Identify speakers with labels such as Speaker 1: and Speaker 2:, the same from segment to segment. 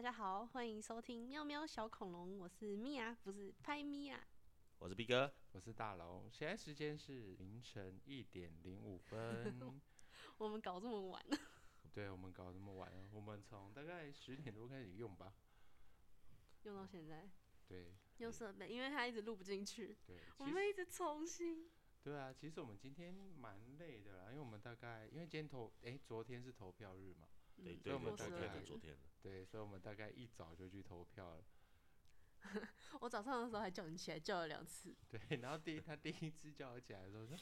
Speaker 1: 家好，欢迎收听喵喵小恐龙，我是咪呀，不是拍咪呀。
Speaker 2: 我是 B 哥，
Speaker 3: 我是大龙，现在时间是凌晨一点零五 分。
Speaker 1: 我们搞这么晚，
Speaker 3: 对，我们搞这么晚了，我们从大概十点多开始用吧。
Speaker 1: 用到现在，
Speaker 3: 对
Speaker 1: 用设备，因为它一直录不进去，
Speaker 3: 对，
Speaker 1: 我
Speaker 3: 其
Speaker 1: 们
Speaker 3: 实
Speaker 1: 一直重新。
Speaker 3: 对啊，其实我们今天蛮累的啦，因为我们大概因为今天投哎、昨天是投票日嘛，
Speaker 2: 对
Speaker 1: 嗯
Speaker 2: 对
Speaker 3: 我们
Speaker 1: 过
Speaker 2: 对，昨
Speaker 1: 十
Speaker 3: 大
Speaker 2: 天
Speaker 3: 概
Speaker 1: 二
Speaker 2: 的
Speaker 1: 点，
Speaker 2: 昨天的，
Speaker 3: 对，所以我们大概一早就去投票了。
Speaker 1: 我早上的时候还叫你起来，叫了两次。
Speaker 3: 对，然后第一他第一次叫我起来的时候说，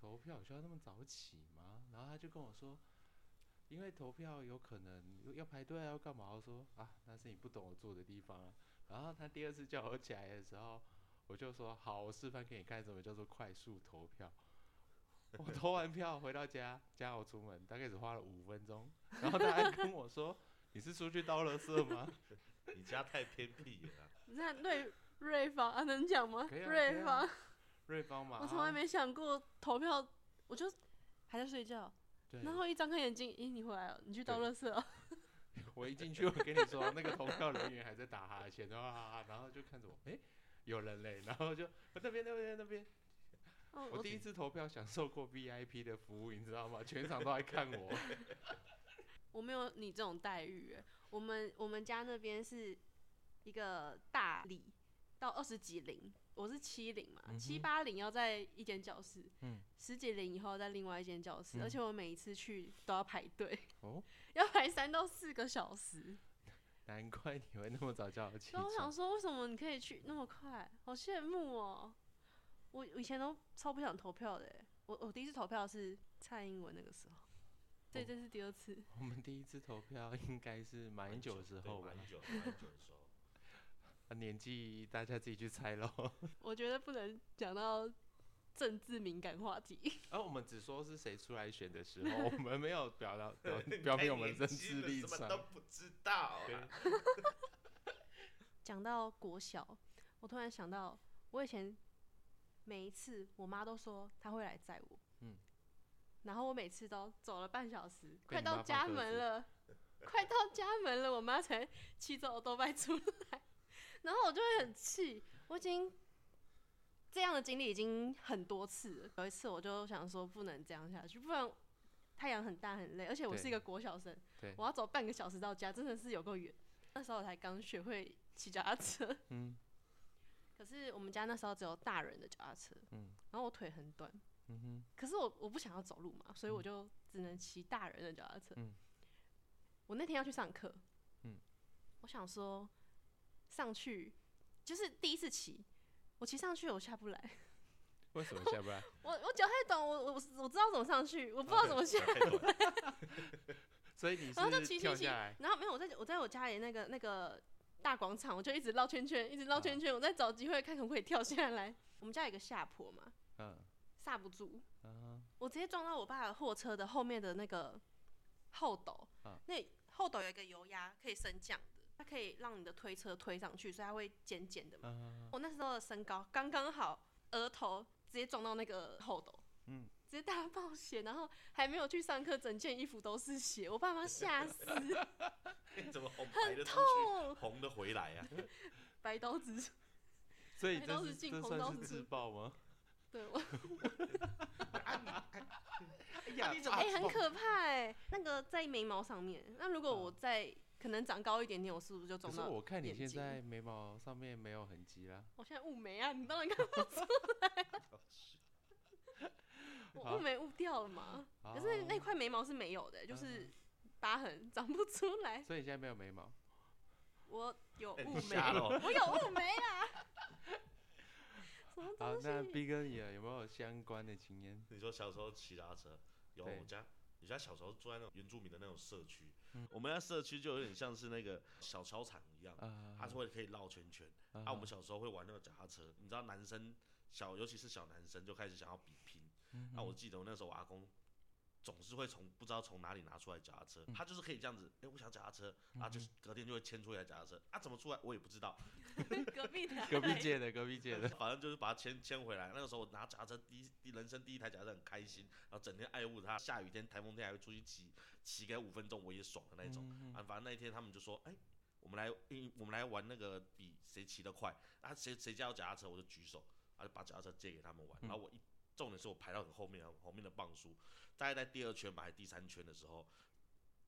Speaker 3: 投票需要那么早起吗？然后他就跟我说，因为投票有可能要排队啊，要干嘛？我说啊，那是你不懂我住的地方啊。然后他第二次叫我起来的时候，我就说好，我示范给你看什么叫做快速投票。我投完票回到家，家我出门大概只花了五分钟，然后他还跟我说：“ 你是出去倒垃圾吗？”
Speaker 2: 你家太偏僻了啦，啊
Speaker 1: 你看瑞瑞芳啊，能讲吗？
Speaker 3: 可以啊可
Speaker 1: 瑞
Speaker 3: 以啊
Speaker 1: 芳，
Speaker 3: 瑞芳嘛，啊
Speaker 1: 我从来没想过投票，我就还在睡觉，
Speaker 3: 对
Speaker 1: 然后一张开眼睛，咦，你回来了，你去倒
Speaker 3: 对
Speaker 1: 垃圾了。
Speaker 3: 我一进去，我跟你说，那个投票人员还在打哈欠，哇，然后就看着我，诶，有人嘞，然后就那边那边那边，
Speaker 1: 哦
Speaker 3: 我第一次投票享受过 VIP 的服务，你知道吗？全场都在看我，
Speaker 1: 我没有你这种待遇欸。我们我们家那边是一个大理到二十几零，我是七零嘛，
Speaker 3: 嗯哼
Speaker 1: 七八零要在一间教室，
Speaker 3: 嗯
Speaker 1: 十几零以后在另外一间教室，
Speaker 3: 嗯
Speaker 1: 而且我每一次去都要排队，
Speaker 3: 哦，
Speaker 1: 要排三到四个小时。
Speaker 3: 难怪你会那么早叫我起
Speaker 1: 然 后我想
Speaker 3: 床，
Speaker 1: 说，为什么你可以去那么快？好羡慕哦！我我以前都超不想投票的欸，我我第一次投票是蔡英文那个时候，对，
Speaker 3: 哦
Speaker 1: 这是第二次。
Speaker 3: 我们第一次投票应该是马英九的时候吧
Speaker 2: 对，蛮久蛮久的时候，
Speaker 3: 啊年纪大家自己去猜喽。
Speaker 1: 我觉得不能讲到政治敏感话题。
Speaker 3: 而、哦我们只说是谁出来选的时候，我们没有表达表表明我们政治立
Speaker 2: 你太年轻了什么都
Speaker 3: 场。
Speaker 2: 不知道啊，
Speaker 3: 对
Speaker 1: 讲到国小，我突然想到，我以前每一次我妈都说她会来载我，
Speaker 3: 嗯
Speaker 1: 然后我每次都走了半小时，
Speaker 3: 被
Speaker 1: 快
Speaker 3: 你妈
Speaker 1: 到家门 了，快到家门了，我妈才骑着我都拜出来， 然后我就会很气，我已经。这样的经历已经很多次了。有一次，我就想说不能这样下去，不然太阳很大很累，而且我
Speaker 3: 对
Speaker 1: 是一个国小生，
Speaker 3: 对
Speaker 1: 我要走半个小时到家，真的是有够远。那时候我才刚学会骑脚踏车，
Speaker 3: 嗯
Speaker 1: 可是我们家那时候只有大人的脚踏车，
Speaker 3: 嗯
Speaker 1: 然后我腿很短，
Speaker 3: 嗯哼，
Speaker 1: 可是我我不想要走路嘛，所以我就只能骑大人的脚踏车。
Speaker 3: 嗯
Speaker 1: 我那天要去上课，
Speaker 3: 嗯
Speaker 1: 我想说上去就是第一次骑，我骑上去我下不来，
Speaker 3: 为什么下不来？
Speaker 1: 我我脚太短，我我我知道怎么上去，我不知道怎么下。
Speaker 2: 太短了
Speaker 3: 所以你
Speaker 1: 然后就是骑
Speaker 3: 跳
Speaker 1: 骑骑，
Speaker 3: 下来，
Speaker 1: 然后没有我在我在我家里那个那个大广场，我就一直绕圈圈，一直绕
Speaker 3: 啊
Speaker 1: 圈圈，我在找机会看可不可以跳下来。我们家有一个下坡嘛，
Speaker 3: 嗯
Speaker 1: 刹不住，
Speaker 3: 嗯
Speaker 1: 我直接撞到我爸的货车的后面的那个后斗，
Speaker 3: 啊
Speaker 1: 那后斗有一个油压可以升降的，它可以让你的推车推上去，所以它会尖尖的嘛。
Speaker 3: 嗯
Speaker 1: 我那时候的身高刚刚好，额头直接撞到那个后斗，
Speaker 3: 嗯，
Speaker 1: 直接大爆血，然后还没有去上课，整件衣服都是血，我爸妈吓 死，
Speaker 2: 你哎怎么红白的出去，红的回来 啊？
Speaker 1: 白刀子手
Speaker 3: 所以
Speaker 1: 白
Speaker 3: 这
Speaker 1: 刀
Speaker 3: 是
Speaker 1: 子进
Speaker 3: 这
Speaker 1: 红
Speaker 3: 算
Speaker 1: 刀
Speaker 3: 是
Speaker 1: 子
Speaker 3: 自
Speaker 1: 出
Speaker 3: 爆吗？
Speaker 1: 对我，
Speaker 3: 啊哎呀，
Speaker 1: 哎、
Speaker 2: 啊
Speaker 1: 很可怕哎、那个在眉毛上面，那如果我再、可能长高一点点，我是不是就
Speaker 3: 嗯可
Speaker 1: 肿
Speaker 3: 是
Speaker 1: 到？
Speaker 3: 我看你
Speaker 1: 眼
Speaker 3: 现
Speaker 1: 睛
Speaker 3: 在眉毛上面没有痕迹啦。
Speaker 1: 我现在雾眉啊，你当然看不出 来。我
Speaker 3: 哦好
Speaker 1: 雾眉雾掉了嘛，
Speaker 3: 哦嗯
Speaker 1: 可是那块眉毛是没有的，就是疤痕长不出来。
Speaker 3: 所以你现在没有眉毛，
Speaker 1: 我有
Speaker 3: 哎
Speaker 1: 雾
Speaker 2: 你
Speaker 1: 眉，
Speaker 2: 瞎了哦，
Speaker 1: 我有雾眉 啦。什么
Speaker 3: 好，
Speaker 1: 东
Speaker 3: 啊那
Speaker 1: 西？
Speaker 3: B 哥你有有没有相关的经验？
Speaker 2: 你说小时候骑脚踏车，有
Speaker 3: 对
Speaker 2: 我家。你家小时候住在那种原住民的那种社区，我们家社区就有点像是那个小操场一样，
Speaker 3: 啊
Speaker 2: 它是会可以绕圈圈。啊，
Speaker 3: 嗯
Speaker 2: 我们小时候会玩那个脚踏车，你知道男生小，尤其是小男生就开始想要比拼。
Speaker 3: 嗯
Speaker 2: 那、
Speaker 3: 啊
Speaker 2: 我记得我那时候我阿公总是会从不知道从哪里拿出来脚踏车，他就是可以这样子，哎、我想脚踏车，啊，就是隔天就会牵出一台脚踏车，啊，怎么出来我也不知道，
Speaker 1: 隔壁的，
Speaker 3: 隔壁界的，隔壁界的，
Speaker 2: 反正就是把它牵牵回来。那个时候我拿脚踏车第一第人生第一台脚踏车很开心，然后整天爱护它，下雨
Speaker 3: 嗯
Speaker 2: 啊天、台风天还会出去骑，骑个五分钟我也爽的那种。啊，反正那一天他们就说，哎、我们来嗯我们来玩那个比谁骑得快，啊谁谁家有脚踏车我就举手，啊就把脚踏车借给他们玩，
Speaker 3: 嗯
Speaker 2: 然后我一重点是我排到很后面很后面的棒叔，大概在第二圈吧还是第三圈的时候，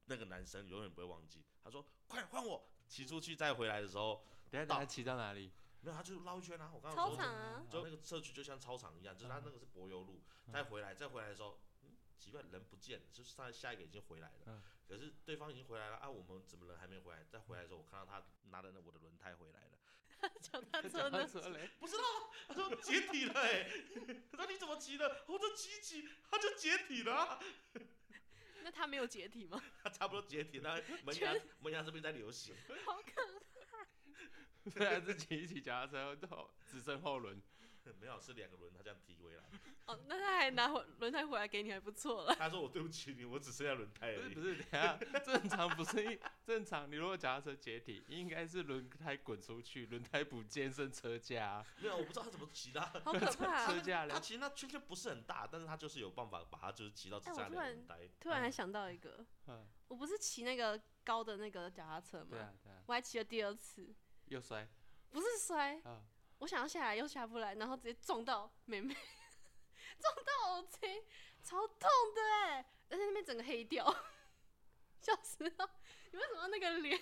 Speaker 2: 那个男生永远不会忘记，他说快换我骑出去再回来的时候，
Speaker 3: 等一下
Speaker 2: 到
Speaker 3: 大家骑到哪里？
Speaker 2: 没有他就绕一圈啊，我刚刚
Speaker 1: 操
Speaker 2: 说
Speaker 1: 场啊，
Speaker 2: 就那个嗯社区就像操场一样，就是它那个是柏油路，再回来再回来的时候，嗯，奇怪人不见了，就是上下一个已经回来了，
Speaker 3: 嗯
Speaker 2: 可是对方已经回来了啊，我们怎么人还没回来？再回来的时候，我看到他拿着那我的轮胎回来了，
Speaker 1: 脚踏车
Speaker 3: 脚
Speaker 1: 呢
Speaker 3: 踏？车嘞，
Speaker 2: 不知道，他说解体了、欸，他说你怎么骑的？哦我说骑一骑，他就解体了 啊、
Speaker 1: 那他没有解体吗？
Speaker 2: 他差不多解体了，门牙门牙这边在流血，
Speaker 1: 好可
Speaker 3: 对啊，自己一起脚踏车都只剩后轮，
Speaker 2: 没有是两个轮，他这样踢回来，
Speaker 1: 哦，那他还拿回轮胎回来给你，还不错了。
Speaker 2: 他说我对不起你，我只剩下轮胎
Speaker 3: 不
Speaker 2: 而
Speaker 3: 是
Speaker 2: 已
Speaker 3: 不。是，等一下正常不是一正常，你如果脚踏车解体，应该是轮胎滚出去，轮胎不见剩车架啊，
Speaker 2: 没有，我不知道他怎么骑的啊、
Speaker 1: 好可 怕、
Speaker 3: 车
Speaker 1: 啊！
Speaker 3: 架嘞
Speaker 2: 他，其实那圈圈不是很大，但是他就是有办法把它就是骑到只
Speaker 1: 哎我
Speaker 2: 剩下
Speaker 1: 突
Speaker 2: 两
Speaker 1: 然
Speaker 2: 轮胎。
Speaker 1: 突然还想到一个，
Speaker 3: 嗯，
Speaker 1: 我不是骑那个高的那个脚踏车吗？
Speaker 3: 对啊对啊，
Speaker 1: 我还骑了第二次，
Speaker 3: 又摔
Speaker 1: 不是摔，
Speaker 3: 啊，
Speaker 1: 我想要下来又下不来，然后直接撞到妹妹， 撞到 OK，超痛的哎、而且那边整个黑掉， 笑死了！你为什么那个脸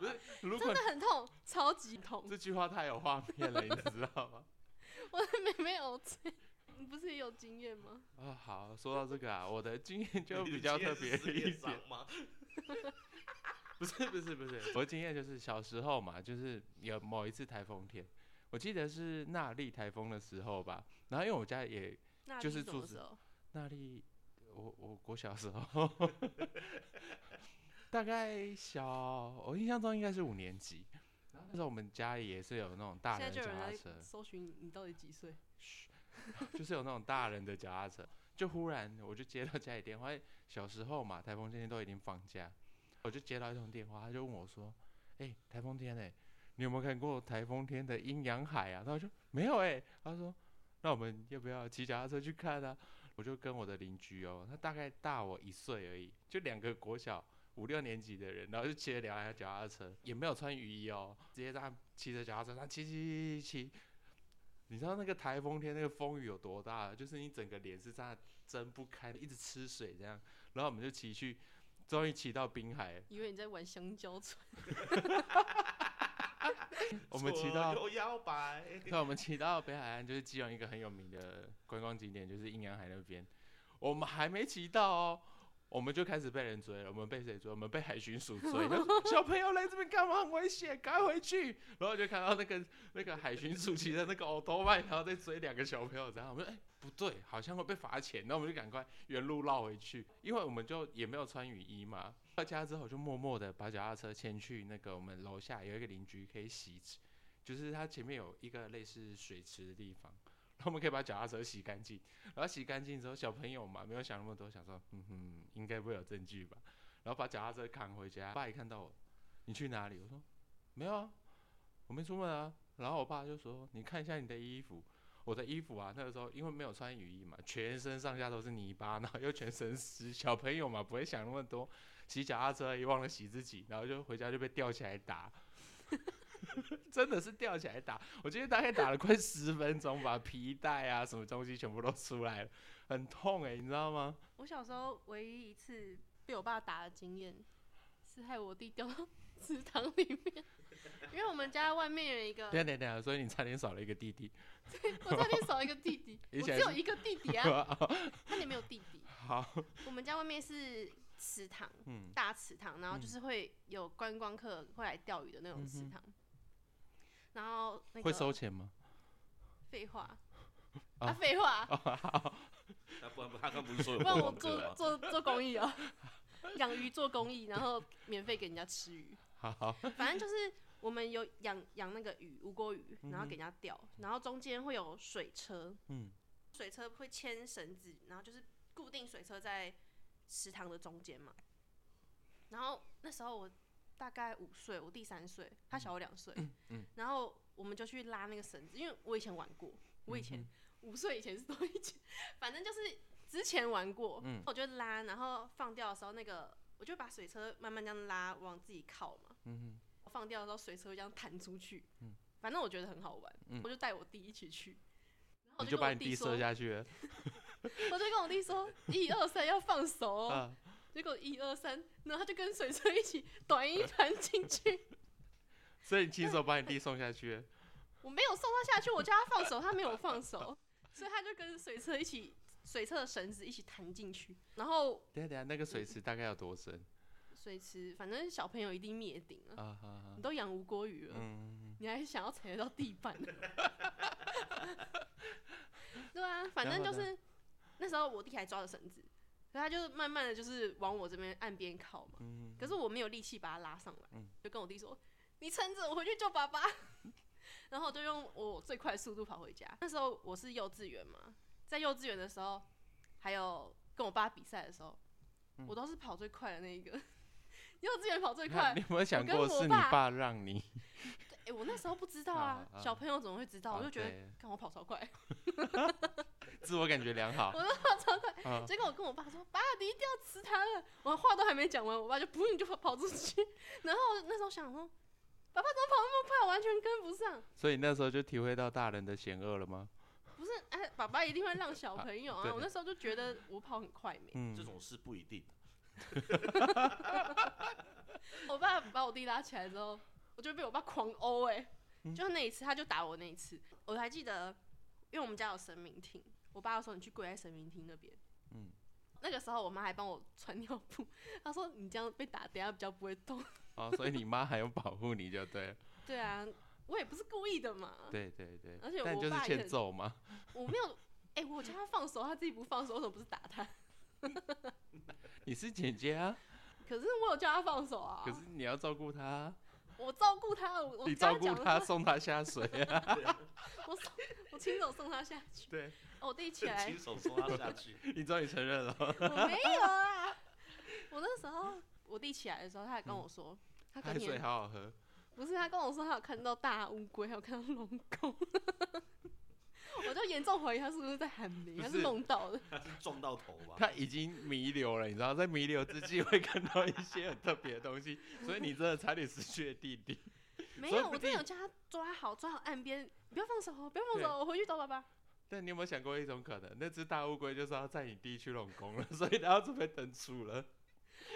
Speaker 3: 不是，如
Speaker 1: 真
Speaker 3: 果
Speaker 1: 的很痛，超级痛！
Speaker 3: 这句话太有画面了，你知道吗？
Speaker 1: 我的妹妹 OK，你不是也有经验吗？
Speaker 3: 啊，好，说到这个啊，我的经验 就
Speaker 2: 你
Speaker 3: 比
Speaker 2: 的
Speaker 3: 较
Speaker 2: 经
Speaker 3: 特
Speaker 2: 验
Speaker 3: 别
Speaker 2: 是撕
Speaker 3: 一
Speaker 2: 裂
Speaker 3: 点，
Speaker 2: 伤吗？
Speaker 3: 不是不是不是，我的经验就是小时候嘛，就是有某一次台风天，我记得是那莉台风的时候吧，然后因为我家也
Speaker 1: 那
Speaker 3: 就
Speaker 1: 你
Speaker 3: 是
Speaker 1: 什
Speaker 3: 柱
Speaker 1: 么
Speaker 3: 子
Speaker 1: 时候？
Speaker 3: 那莉，我我国小时候，大概小，我印象中应该是五年级，然后那时候我们家里也是有那种大
Speaker 1: 现在
Speaker 3: 人
Speaker 1: 就
Speaker 3: 脚
Speaker 1: 有人
Speaker 3: 踏
Speaker 1: 来
Speaker 3: 车，
Speaker 1: 搜寻你你到底几岁？
Speaker 3: 就是有那种大人的脚踏车，就忽然我就接到家里电话，因为小时候嘛，台风天都已经放假，我就接到一通电话，他就问我说：“哎、台风天哎、你有没有看过台风天的阴阳海啊？”他说：“没有哎、他说：“那我们要不要骑脚踏车去看啊？”我就跟我的邻居哦，他大概大我一岁而已，就两个国小五六年级的人，然后就骑了两辆脚踏车，也没有穿雨衣哦，直接这样骑着脚踏车，他骑骑骑骑，你知道那个台风天那个风雨有多大？就是你整个脸是这样睁不开，一直吃水这样。然后我们就骑去，终于骑到滨海，
Speaker 1: 以为你在玩香蕉船，
Speaker 3: 我们骑
Speaker 2: 左
Speaker 3: 到，
Speaker 2: 右摇 摆，
Speaker 3: 对，我们骑到北海岸，就是基隆一个很有名的观光景点，就是阴阳海那边。我们还没骑到哦，我们就开始被人追了。我们被谁追？我们被海巡署追。他说小朋友来这边干嘛？很危险，赶快回去。然后就看到那个那个海巡署骑的那个奥多曼，然后再追两个小朋友，然后我们哎、不对，好像会被罚钱，那我们就赶快原路绕回去，因为我们就也没有穿雨衣嘛。到家之后就默默的把脚踏车牵去那个我们楼下有一个邻居可以洗，就是它前面有一个类似水池的地方，然后我们可以把脚踏车洗干净。然后洗干净之后，小朋友嘛没有想那么多，想说嗯哼，应该不会有证据吧。然后把脚踏车扛回家，爸一看到我，你去哪里？我说没有啊，我没出门啊。然后我爸就说：“你看一下你的衣服。”我的衣服啊，那个时候因为没有穿雨衣嘛，全身上下都是泥巴，然后又全身湿。小朋友嘛，不会想那么多，洗脚踏车也忘了洗自己，然后就回家就被吊起来打，真的是吊起来打。我今天大概打了快十分钟吧，皮带啊什么东西全部都出来了，很痛哎、你知道吗？
Speaker 1: 我小时候唯一一次被我爸打的经验，是害我弟掉到 池塘里面，因为我们家外面有一个
Speaker 3: 等，一下等一下等一下，所以你差点少了一个弟弟。
Speaker 1: 我差点少一个弟弟，
Speaker 3: 你
Speaker 1: 我
Speaker 3: 想
Speaker 1: 只有一个弟弟 啊，他也没有弟弟。
Speaker 3: 好，
Speaker 1: 我们家外面是池塘，
Speaker 3: 嗯
Speaker 1: 大池塘，然后
Speaker 3: 嗯
Speaker 1: 就是会有观光客会来钓鱼的那种池
Speaker 3: 嗯哼
Speaker 1: 塘，然后那
Speaker 3: 会
Speaker 1: 个
Speaker 3: 收钱吗？
Speaker 1: 废话。
Speaker 3: 啊
Speaker 1: 啊，废话，
Speaker 2: 那不然不他刚不是说有
Speaker 1: 不然我
Speaker 2: 观光客
Speaker 1: 做
Speaker 2: 吗？
Speaker 1: 做做公益哦，养鱼做公益，然后免费给人家吃鱼。
Speaker 3: 好，
Speaker 1: 反正就是我们有养养那个鱼，无锅鱼，然后给人
Speaker 3: 嗯哼
Speaker 1: 家钓，然后中间会有水车，
Speaker 3: 嗯
Speaker 1: 水车会牵绳子，然后就是固定水车在池塘的中间嘛。然后那时候我大概五岁，我弟三岁，他小我两岁，
Speaker 3: 嗯
Speaker 1: 然后我们就去拉那个绳子，因为我以前玩过， 我以前
Speaker 3: 嗯
Speaker 1: 五岁以前是都 以前，反正就是之前玩过，
Speaker 3: 嗯
Speaker 1: 我就拉，然后放掉的时候那个我就把水车慢慢这样拉往自己靠嘛。
Speaker 3: 嗯
Speaker 1: 我放掉的时候，水车会这样弹出去。
Speaker 3: 嗯
Speaker 1: 反正我觉得很好玩，
Speaker 3: 嗯
Speaker 1: 我就带我弟一起去。然后
Speaker 3: 哼，
Speaker 1: 我
Speaker 3: 你
Speaker 1: 就跟
Speaker 3: 把
Speaker 1: 我
Speaker 3: 你弟
Speaker 1: 说
Speaker 3: 射，下去了
Speaker 1: 我就跟我弟 说一二三要放手、哦，
Speaker 3: 啊！
Speaker 1: 结果一二三，然后他就跟水车一起短一弹进 去。
Speaker 3: 所以你亲手把你弟送下去 了，
Speaker 1: 我没有送他下去，我叫他放手，他没有放手，所以他就跟水车一起，水车的绳子一起弹进去。然后
Speaker 3: 等一下等一下，那个水池大概有多深
Speaker 1: 水池，反正小朋友一定灭顶了，
Speaker 3: 啊？哈哈
Speaker 1: 嗯你，都养无锅鱼了，
Speaker 3: 嗯，
Speaker 1: 你还想要踩得到地板？ 对啊，反正就
Speaker 3: 然后
Speaker 1: 是那时候我弟还抓着绳子，可他就慢慢的就是往我这边岸边靠嘛，
Speaker 3: 嗯
Speaker 1: 可是我没有力气把他拉上来，
Speaker 3: 嗯
Speaker 1: 就跟我弟说：“你撑着，我回去叫爸爸。” 然后我就用我最快的速度跑回家。那时候我是幼稚园嘛，在幼稚园的时候，还有跟我爸比赛的时候，
Speaker 3: 嗯
Speaker 1: 我都是跑最快的那一个。 幼稚园跑最
Speaker 3: 你
Speaker 1: 快
Speaker 3: 看， 你有没有想
Speaker 1: 跟
Speaker 3: 过
Speaker 1: 我
Speaker 3: 是你
Speaker 1: 爸
Speaker 3: 爸让你？
Speaker 1: 哎、我那时候不知道啊，
Speaker 3: 啊啊
Speaker 1: 小朋友怎么会知道？我
Speaker 3: 啊
Speaker 1: 就觉得，
Speaker 3: 对
Speaker 1: 看我跑超快，
Speaker 3: 自我感觉良好
Speaker 1: 我都跑超快。
Speaker 3: 啊，
Speaker 1: 结果我跟我爸说：“爸，你一定要吃它了。”我话都还没讲完，我爸就不，你就跑跑出去。 然后我那时候想说，爸爸怎么跑那么快，我完全跟不上。
Speaker 3: 所以那时候就体会到大人的险恶了吗？
Speaker 1: 不是，哎、爸爸一定会让小朋友
Speaker 3: 啊
Speaker 1: 啊！
Speaker 3: 对
Speaker 1: 我那时候就觉得我跑很快没，
Speaker 3: 嗯
Speaker 2: 这种事不一定。
Speaker 1: 我爸把我弟拉起来之后，我就被我爸狂殴哎、
Speaker 3: 嗯
Speaker 1: 就是那一次，他就打我那一次，我还记得，因为我们家有神明厅，我爸说你去跪在神明厅那边，
Speaker 3: 嗯
Speaker 1: 那个时候我妈还帮我穿尿布， 她说你这样被打，等一下比较不会痛。
Speaker 3: 哦，所以你妈还要保护你 就对了，
Speaker 1: 对啊，我也不是故意的嘛，
Speaker 3: 对对对，
Speaker 1: 而且
Speaker 3: 但
Speaker 1: 我
Speaker 3: 就
Speaker 1: 爸
Speaker 3: 是
Speaker 1: 也
Speaker 3: 欠
Speaker 1: 很
Speaker 3: 揍 嘛，
Speaker 1: 我没有，哎、我叫他放手，他自己不放手，为什么不是打他？
Speaker 3: 你是姐姐啊，
Speaker 1: 可是我有叫他放手啊，
Speaker 3: 可是你要照顾她啊，
Speaker 1: 我照顾他，我我跟
Speaker 3: 你
Speaker 1: 他
Speaker 3: 照顾
Speaker 1: 讲了
Speaker 3: 她，送她下水啊，
Speaker 1: 我送我亲手送他下去。
Speaker 3: 对，
Speaker 1: 哦我弟起
Speaker 2: 就
Speaker 1: 来
Speaker 2: 亲，手送他下 去，
Speaker 3: 你终于承认了，
Speaker 1: 我没有 啦。我那时候我弟起来的时候，他还跟我说，他
Speaker 3: 她
Speaker 1: 跟
Speaker 3: 的
Speaker 1: 你
Speaker 3: 水好好喝，
Speaker 1: 不是他跟我说他有看到大乌龟，还有看到龙 宫。我就严重怀疑他是不是在喊名，
Speaker 3: 不
Speaker 1: 还
Speaker 3: 是
Speaker 1: 是梦到的。
Speaker 2: 他是撞到头吧？
Speaker 3: 她已经弥留了，你知道，在弥留之际会看到一些很特别的东西，所以你真的差点失去了弟弟，
Speaker 1: 没
Speaker 3: 所以
Speaker 1: 有，
Speaker 3: 不
Speaker 1: 我真的有叫他抓好，抓好岸边，不要放手哦，不要放
Speaker 3: 对
Speaker 1: 手哦，我回去找爸爸。
Speaker 3: 但你有没有想过一种可能，那只大乌龟就是要载你弟去拢宫了，所以它要准备登出了，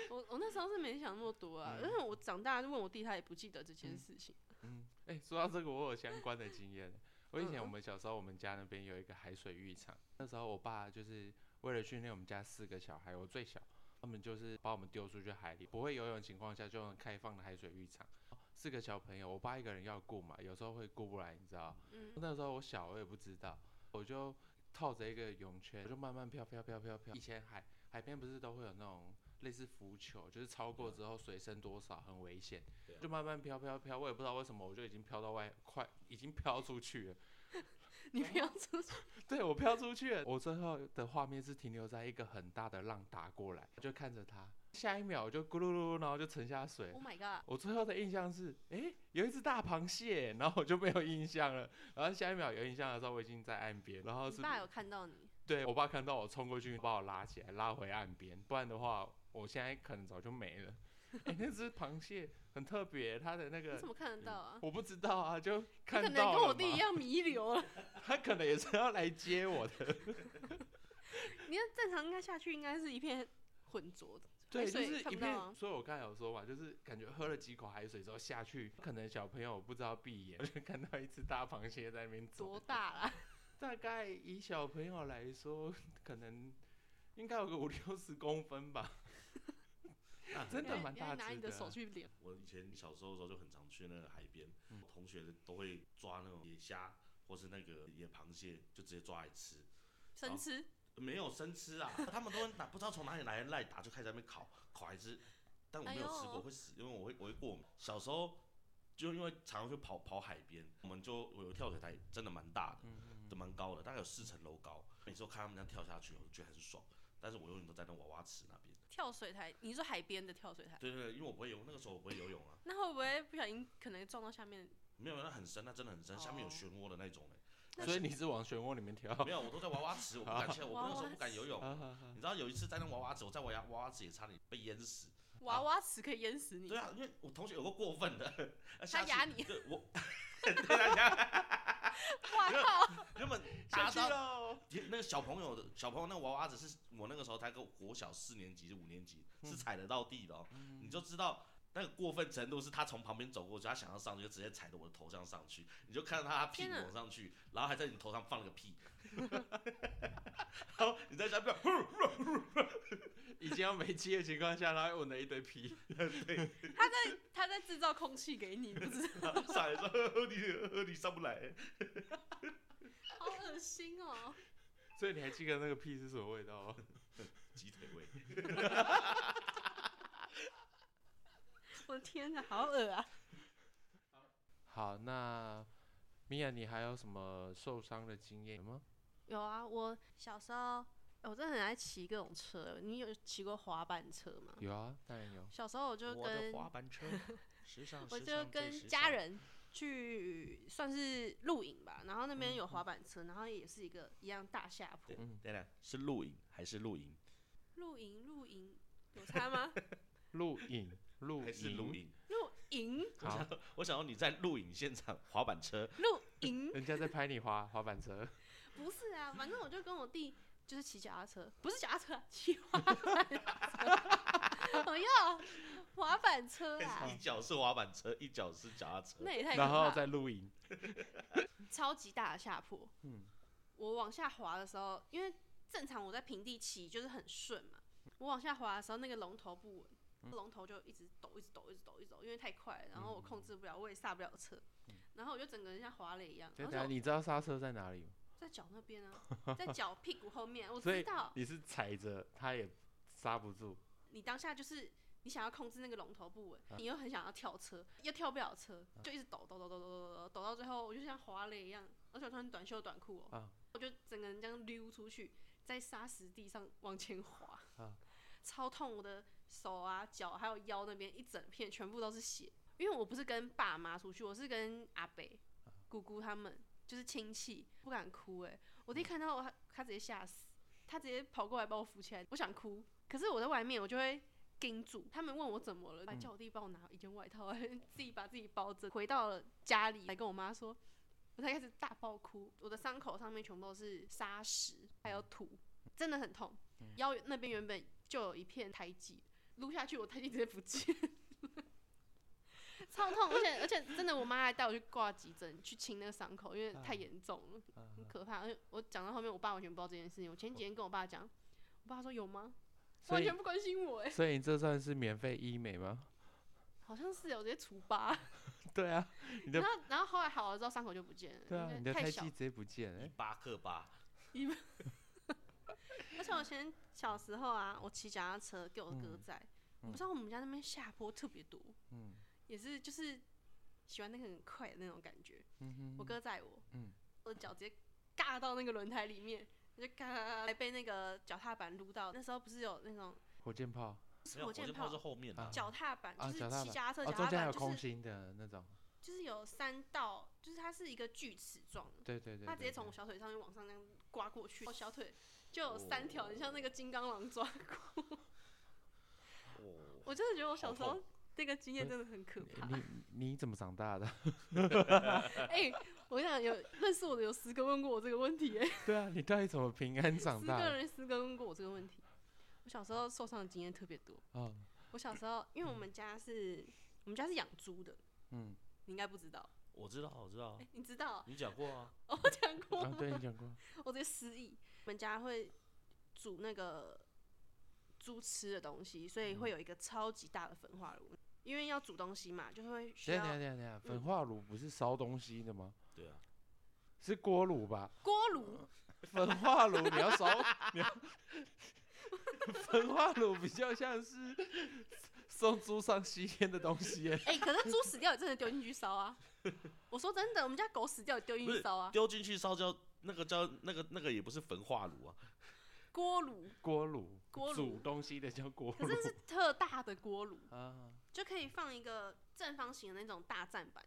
Speaker 1: 我我那时候是没想那么多啊，
Speaker 3: 嗯
Speaker 1: 因为我长大就问我弟，他也不记得这件事情。
Speaker 3: 嗯，哎、说到这个，我有相关的经验。我以前我
Speaker 1: 嗯
Speaker 3: 们小时候，我们家那边有一个海水浴场，那时候我爸就是为了训练我们家四个小孩，我最小，他们就是把我们丢出去海里，不会游泳的情况下就用开放的海水浴场，四个小朋友，我爸一个人要顾嘛，有时候会顾不来，你知道？
Speaker 1: 嗯，
Speaker 3: 那时候我小，我也不知道，我就套着一个泳圈，就慢慢飘飘飘飘飘。以前海海边不是都会有那种类似浮球，就是超过之后水深多少很危险
Speaker 2: 对啊，
Speaker 3: 就慢慢飘飘飘。我也不知道为什么，我就已经飘到外，快已经飘出去了。
Speaker 1: 你不要出去。
Speaker 3: 对我飘出去了，我最后的画面是停留在一个很大的浪打过来，就看着它，下一秒我就咕噜噜噜，然后就沉下水了
Speaker 1: Oh。my god！
Speaker 3: 我最后的印象是，诶，有一只大螃蟹，然后我就没有印象了。然后下一秒有印象的时候，我已经在岸边，然后
Speaker 1: 你
Speaker 3: 是
Speaker 1: 爸有看到你，
Speaker 3: 对我爸看到我冲过去，把我拉起来，拉回岸边，不然的话，我现在可能早就没了。诶，那只螃蟹很特别，它的那
Speaker 1: 你
Speaker 3: 个
Speaker 1: 怎么看得到啊？
Speaker 3: 我不知道啊，就
Speaker 1: 他
Speaker 3: 看
Speaker 1: 可
Speaker 3: 到
Speaker 1: 能跟
Speaker 3: 了
Speaker 1: 我弟
Speaker 3: 嘛
Speaker 1: 一，样弥留 了。
Speaker 3: 它可能也是要来接我 的。
Speaker 1: 你看正常应该下去，应该是一片浑浊的。
Speaker 3: 对，
Speaker 1: 海
Speaker 3: 就
Speaker 1: 水
Speaker 3: 是
Speaker 1: 看
Speaker 3: 一
Speaker 1: 不到
Speaker 3: 片
Speaker 1: 啊。
Speaker 3: 所以我刚才有说嘛，就是感觉喝了几口海水之后下去，可能小朋友不知道闭眼，就看到一只大螃蟹在那边走。
Speaker 1: 多大啦？
Speaker 3: 大概以小朋友来说， 可能应该有个五六十 公分吧，
Speaker 2: 啊
Speaker 3: 真的
Speaker 1: 你还
Speaker 3: 蛮
Speaker 1: 你还
Speaker 3: 大
Speaker 1: 拿
Speaker 3: 只
Speaker 1: 你的
Speaker 3: 的啊
Speaker 1: 手去量，
Speaker 2: 我以前小时候的时候就很常去那个海边，
Speaker 3: 嗯
Speaker 2: 我同学都会抓那种野虾或是那个野螃蟹，就直接抓来吃。
Speaker 1: 生吃。
Speaker 2: 没有生吃啊， 他们都会打，不知道从哪里来的赖打，就开始在那边烤烤来吃。但我没
Speaker 1: 哎
Speaker 2: 有
Speaker 1: 呦
Speaker 2: 吃过，会死，因为我会我会过敏。小时候就因为常常去跑跑海边，我们就我有跳水台，真的蛮大的，
Speaker 1: 嗯
Speaker 2: 都蛮高的，大概有四层楼高。每次我看他们这样跳下去，我就觉得很爽。但是我永远都在那娃娃池那边。
Speaker 1: 跳水台，你说海边的跳水台，
Speaker 2: 对对对，因为我不会游，那个时候我不会游泳啊，
Speaker 1: 那会不会不小心可能撞到下面？
Speaker 2: 没有，那很深，那真的很深，下面有
Speaker 1: 哦
Speaker 2: 漩涡的那种欸
Speaker 1: 那
Speaker 3: 所以你是往漩涡里面跳。
Speaker 2: 没有，我都在娃娃池，我不敢下，我那个时候不敢游泳。
Speaker 3: 啊
Speaker 2: 你知道有一次在那娃娃池，我在娃娃娃娃池也差点被淹死。
Speaker 3: 啊
Speaker 1: 娃娃池可以淹死你
Speaker 2: 对。啊，因为我同学有个过分的，
Speaker 1: 他
Speaker 2: 他
Speaker 1: 压你，
Speaker 2: 对 我，对他压，
Speaker 1: 哇
Speaker 3: 啊
Speaker 1: 靠！
Speaker 2: 原本打
Speaker 3: 下去
Speaker 2: 到
Speaker 3: 喽。
Speaker 2: 那个小朋友的小朋友那娃娃只是我那个时候才个国小四年级是五年级，是踩得到地的哦，
Speaker 1: 嗯
Speaker 2: 你就知道。那个过分程度是他从旁边走过去，他想要上去就直接踩到我的头上上去，你就看到他他屁股
Speaker 1: 天哪
Speaker 2: 往上去，然后还在你头上放了个 屁，然后你在下面， 呼
Speaker 3: 已经要没气的情况下，然后又闻了一堆屁，
Speaker 1: 他在他在制造空气给你，不知道，
Speaker 2: 然后上来说呵呵你呵你上不来，
Speaker 1: 好恶心哦！
Speaker 3: 所以你还记得那个屁是什么味道吗？
Speaker 2: 鸡腿味。
Speaker 1: 我的天哪，好恶啊！
Speaker 3: 好，那米娅，你还有什么受伤的经验吗？
Speaker 1: 有啊，我小时候哎我真的很爱骑各种车，你有骑过滑板车吗？
Speaker 3: 有啊，当然有。
Speaker 1: 小时候我就
Speaker 2: 我的
Speaker 1: 跟
Speaker 2: 滑板车，时尚，
Speaker 1: 我
Speaker 2: 时
Speaker 1: 就
Speaker 2: 尚最时
Speaker 1: 跟家
Speaker 2: 尚，
Speaker 1: 人去算是露营吧，然后那边有滑板车，然后也是一个一样大下坡
Speaker 2: 嗯对。
Speaker 3: 嗯
Speaker 2: 对了，是露营还是露营？
Speaker 1: 露营露营有差 吗？
Speaker 3: 录影，录
Speaker 2: 还是露
Speaker 3: 影，
Speaker 2: 营？
Speaker 1: 露营
Speaker 3: 好，
Speaker 2: 我想说你在露营现场滑板车，
Speaker 1: 露营
Speaker 3: 人家在拍你滑滑板车。
Speaker 1: 不是啊，反正我就跟我弟就是骑脚踏车，不是脚踏车啊，骑滑 板车。我要滑板车啦，
Speaker 2: 一脚是滑板车，一脚是脚踏车。
Speaker 1: 啊那也太可
Speaker 3: 然后
Speaker 1: 怕了，
Speaker 3: 再录影。
Speaker 1: 超级大的下坡。
Speaker 3: 嗯
Speaker 1: 我往下滑的时候，因为正常我在平地骑就是很顺嘛，我往下滑的时候那个龙头不稳，
Speaker 3: 嗯
Speaker 1: 龙头就一直抖，一直抖，一直抖，一直抖，因为太快了，然后我控
Speaker 3: 嗯
Speaker 1: 制不了，我也刹不了车，然后我就整个人像滑了一样，
Speaker 3: 等
Speaker 1: 而
Speaker 3: 一
Speaker 1: 且
Speaker 3: 下，
Speaker 1: 我
Speaker 3: 你知道刹车在哪里吗？
Speaker 1: 在脚那边 啊，在脚屁股后面，我
Speaker 3: 所
Speaker 1: 知
Speaker 3: 以
Speaker 1: 道，
Speaker 3: 你是踩着，它也刹不住。
Speaker 1: 你当下就是你想要控制那个龙头不稳，
Speaker 3: 啊
Speaker 1: 你又很想要跳车，又跳不了车，就一直抖抖抖抖抖抖抖抖到最后，我就像滑了一样，而且我穿短袖短裤哦、
Speaker 3: 啊
Speaker 1: 我就整个人这样溜出去，在沙石地上往前滑，
Speaker 3: 啊
Speaker 1: 超痛，我的手啊、脚还有腰那边一整片全部都是血，因为我不是跟爸妈出去，我是跟阿北、
Speaker 3: 啊
Speaker 1: 姑姑他们。就是亲戚不敢哭哎、我弟看到我，他他直接吓死，他直接跑过来把我扶起来，我想哭，可是我在外面，我就会盯住。他们问我怎么了，还叫我弟帮我拿一件外套， 自己把自己包着。回到了家里，才跟我妈说，我才开始大爆哭。我的伤口上面全部都是沙石，还有土，真的很痛。腰那边原本就有一片胎记，撸下去我胎记直接不见了。 超痛，而且而且真的，我妈还带我去挂急诊，去清那个伤口，因为太严重了，
Speaker 3: 嗯
Speaker 1: 很可怕。而且我讲到后面，我爸完全不知道这件事情。我前几天跟我爸讲，我爸说有吗？
Speaker 3: 哦所
Speaker 1: 完
Speaker 3: 以
Speaker 1: 全，不关心我哎、
Speaker 3: 所以你这算是免费医美吗？
Speaker 1: 好像是有哦直接除疤，
Speaker 3: 对啊，你的
Speaker 1: 然后然后后来好了之后伤口就不见了，
Speaker 3: 对啊，
Speaker 1: 因为
Speaker 3: 你的
Speaker 1: 太
Speaker 3: 胎
Speaker 1: 小
Speaker 3: 记直。接不见了。
Speaker 2: 巴克巴，
Speaker 1: 而且我以前小时候啊，我骑脚踏车给我哥
Speaker 3: 嗯
Speaker 1: 载，我不知道我们家那边下坡特别多，
Speaker 3: 嗯
Speaker 1: 也是就是喜欢那个很快的那种感觉。
Speaker 3: 嗯哼，
Speaker 1: 我哥载我，
Speaker 3: 嗯
Speaker 1: 我的脚直接尬到那个轮胎里面，我就嘎，还被那个脚踏板撸到。那时候不是有那种
Speaker 3: 火箭炮
Speaker 1: 是
Speaker 2: 没有，
Speaker 1: 火
Speaker 2: 我
Speaker 1: 箭
Speaker 2: 箭炮
Speaker 1: 炮
Speaker 2: 是。后面
Speaker 3: 啊
Speaker 2: 的，
Speaker 1: 脚踏板
Speaker 3: 啊
Speaker 1: 就是
Speaker 3: 脚踏
Speaker 1: 骑
Speaker 3: 板
Speaker 1: 脚踏车，
Speaker 3: 哦，
Speaker 1: 脚
Speaker 3: 中
Speaker 1: 踏
Speaker 3: 间
Speaker 1: 板
Speaker 3: 有
Speaker 1: 就
Speaker 3: 空
Speaker 1: 是
Speaker 3: 心的那种。
Speaker 1: 就是有三道，就是它是一个锯齿状的，
Speaker 3: 对对对，
Speaker 1: 他直接
Speaker 3: 对哦
Speaker 1: 从我
Speaker 3: 对
Speaker 1: 小腿上面往上那样刮过去，我小腿就有三
Speaker 3: 哦
Speaker 1: 条，很像那个金刚狼抓过。
Speaker 2: 哦，
Speaker 3: 啊
Speaker 1: 我真的觉得我小时
Speaker 2: 好
Speaker 1: 候
Speaker 2: 痛
Speaker 1: 那个经验真的很可怕。
Speaker 3: 你你怎么长大的？
Speaker 1: 哎、我想有认识我的有十个问过我这个问题、哎，
Speaker 3: 对啊，你到底怎么平安长
Speaker 1: 十
Speaker 3: 大
Speaker 1: 个
Speaker 3: 的？
Speaker 1: 人十个问过我这个问题。我小时候受伤的经验特别多。
Speaker 3: 哦，
Speaker 1: 我小时候，因为我们家是，我们家是养猪的，
Speaker 3: 嗯，
Speaker 1: 你应该不知道，
Speaker 2: 我知道，我知道
Speaker 1: 哎、，你知道？
Speaker 2: 你讲过啊，
Speaker 1: 我讲过
Speaker 3: 啊
Speaker 1: 吗，
Speaker 3: 对你讲过，
Speaker 1: 我直接失忆。我们家会煮那个猪吃的东西，所
Speaker 2: 嗯
Speaker 1: 以会有一个超级大的焚化炉，因为要煮东西嘛，就会 需
Speaker 3: 等一下等一下
Speaker 1: 要
Speaker 3: 等一下等一下，
Speaker 1: 嗯
Speaker 3: 焚化炉不是烧东西的吗？
Speaker 2: 对啊，
Speaker 3: 是锅炉吧？
Speaker 1: 锅炉。
Speaker 3: 焚化炉你要烧，你要焚化炉比较像是送猪上西天的东西耶。
Speaker 1: 哎、可是猪死掉也真的丢进去烧啊！我说真的，我们家狗死掉也丢进
Speaker 2: 不
Speaker 1: 去
Speaker 2: 是
Speaker 1: 烧啊，
Speaker 2: 丢进去烧焦，那个叫那个那个也不是焚化炉啊，
Speaker 1: 锅炉。
Speaker 3: 锅炉，
Speaker 1: 锅炉
Speaker 3: 煮东西的叫锅
Speaker 1: 可
Speaker 3: 炉
Speaker 1: 是 是特大的锅炉，
Speaker 3: 啊。
Speaker 1: 就可以放一个正方形的那种大站板，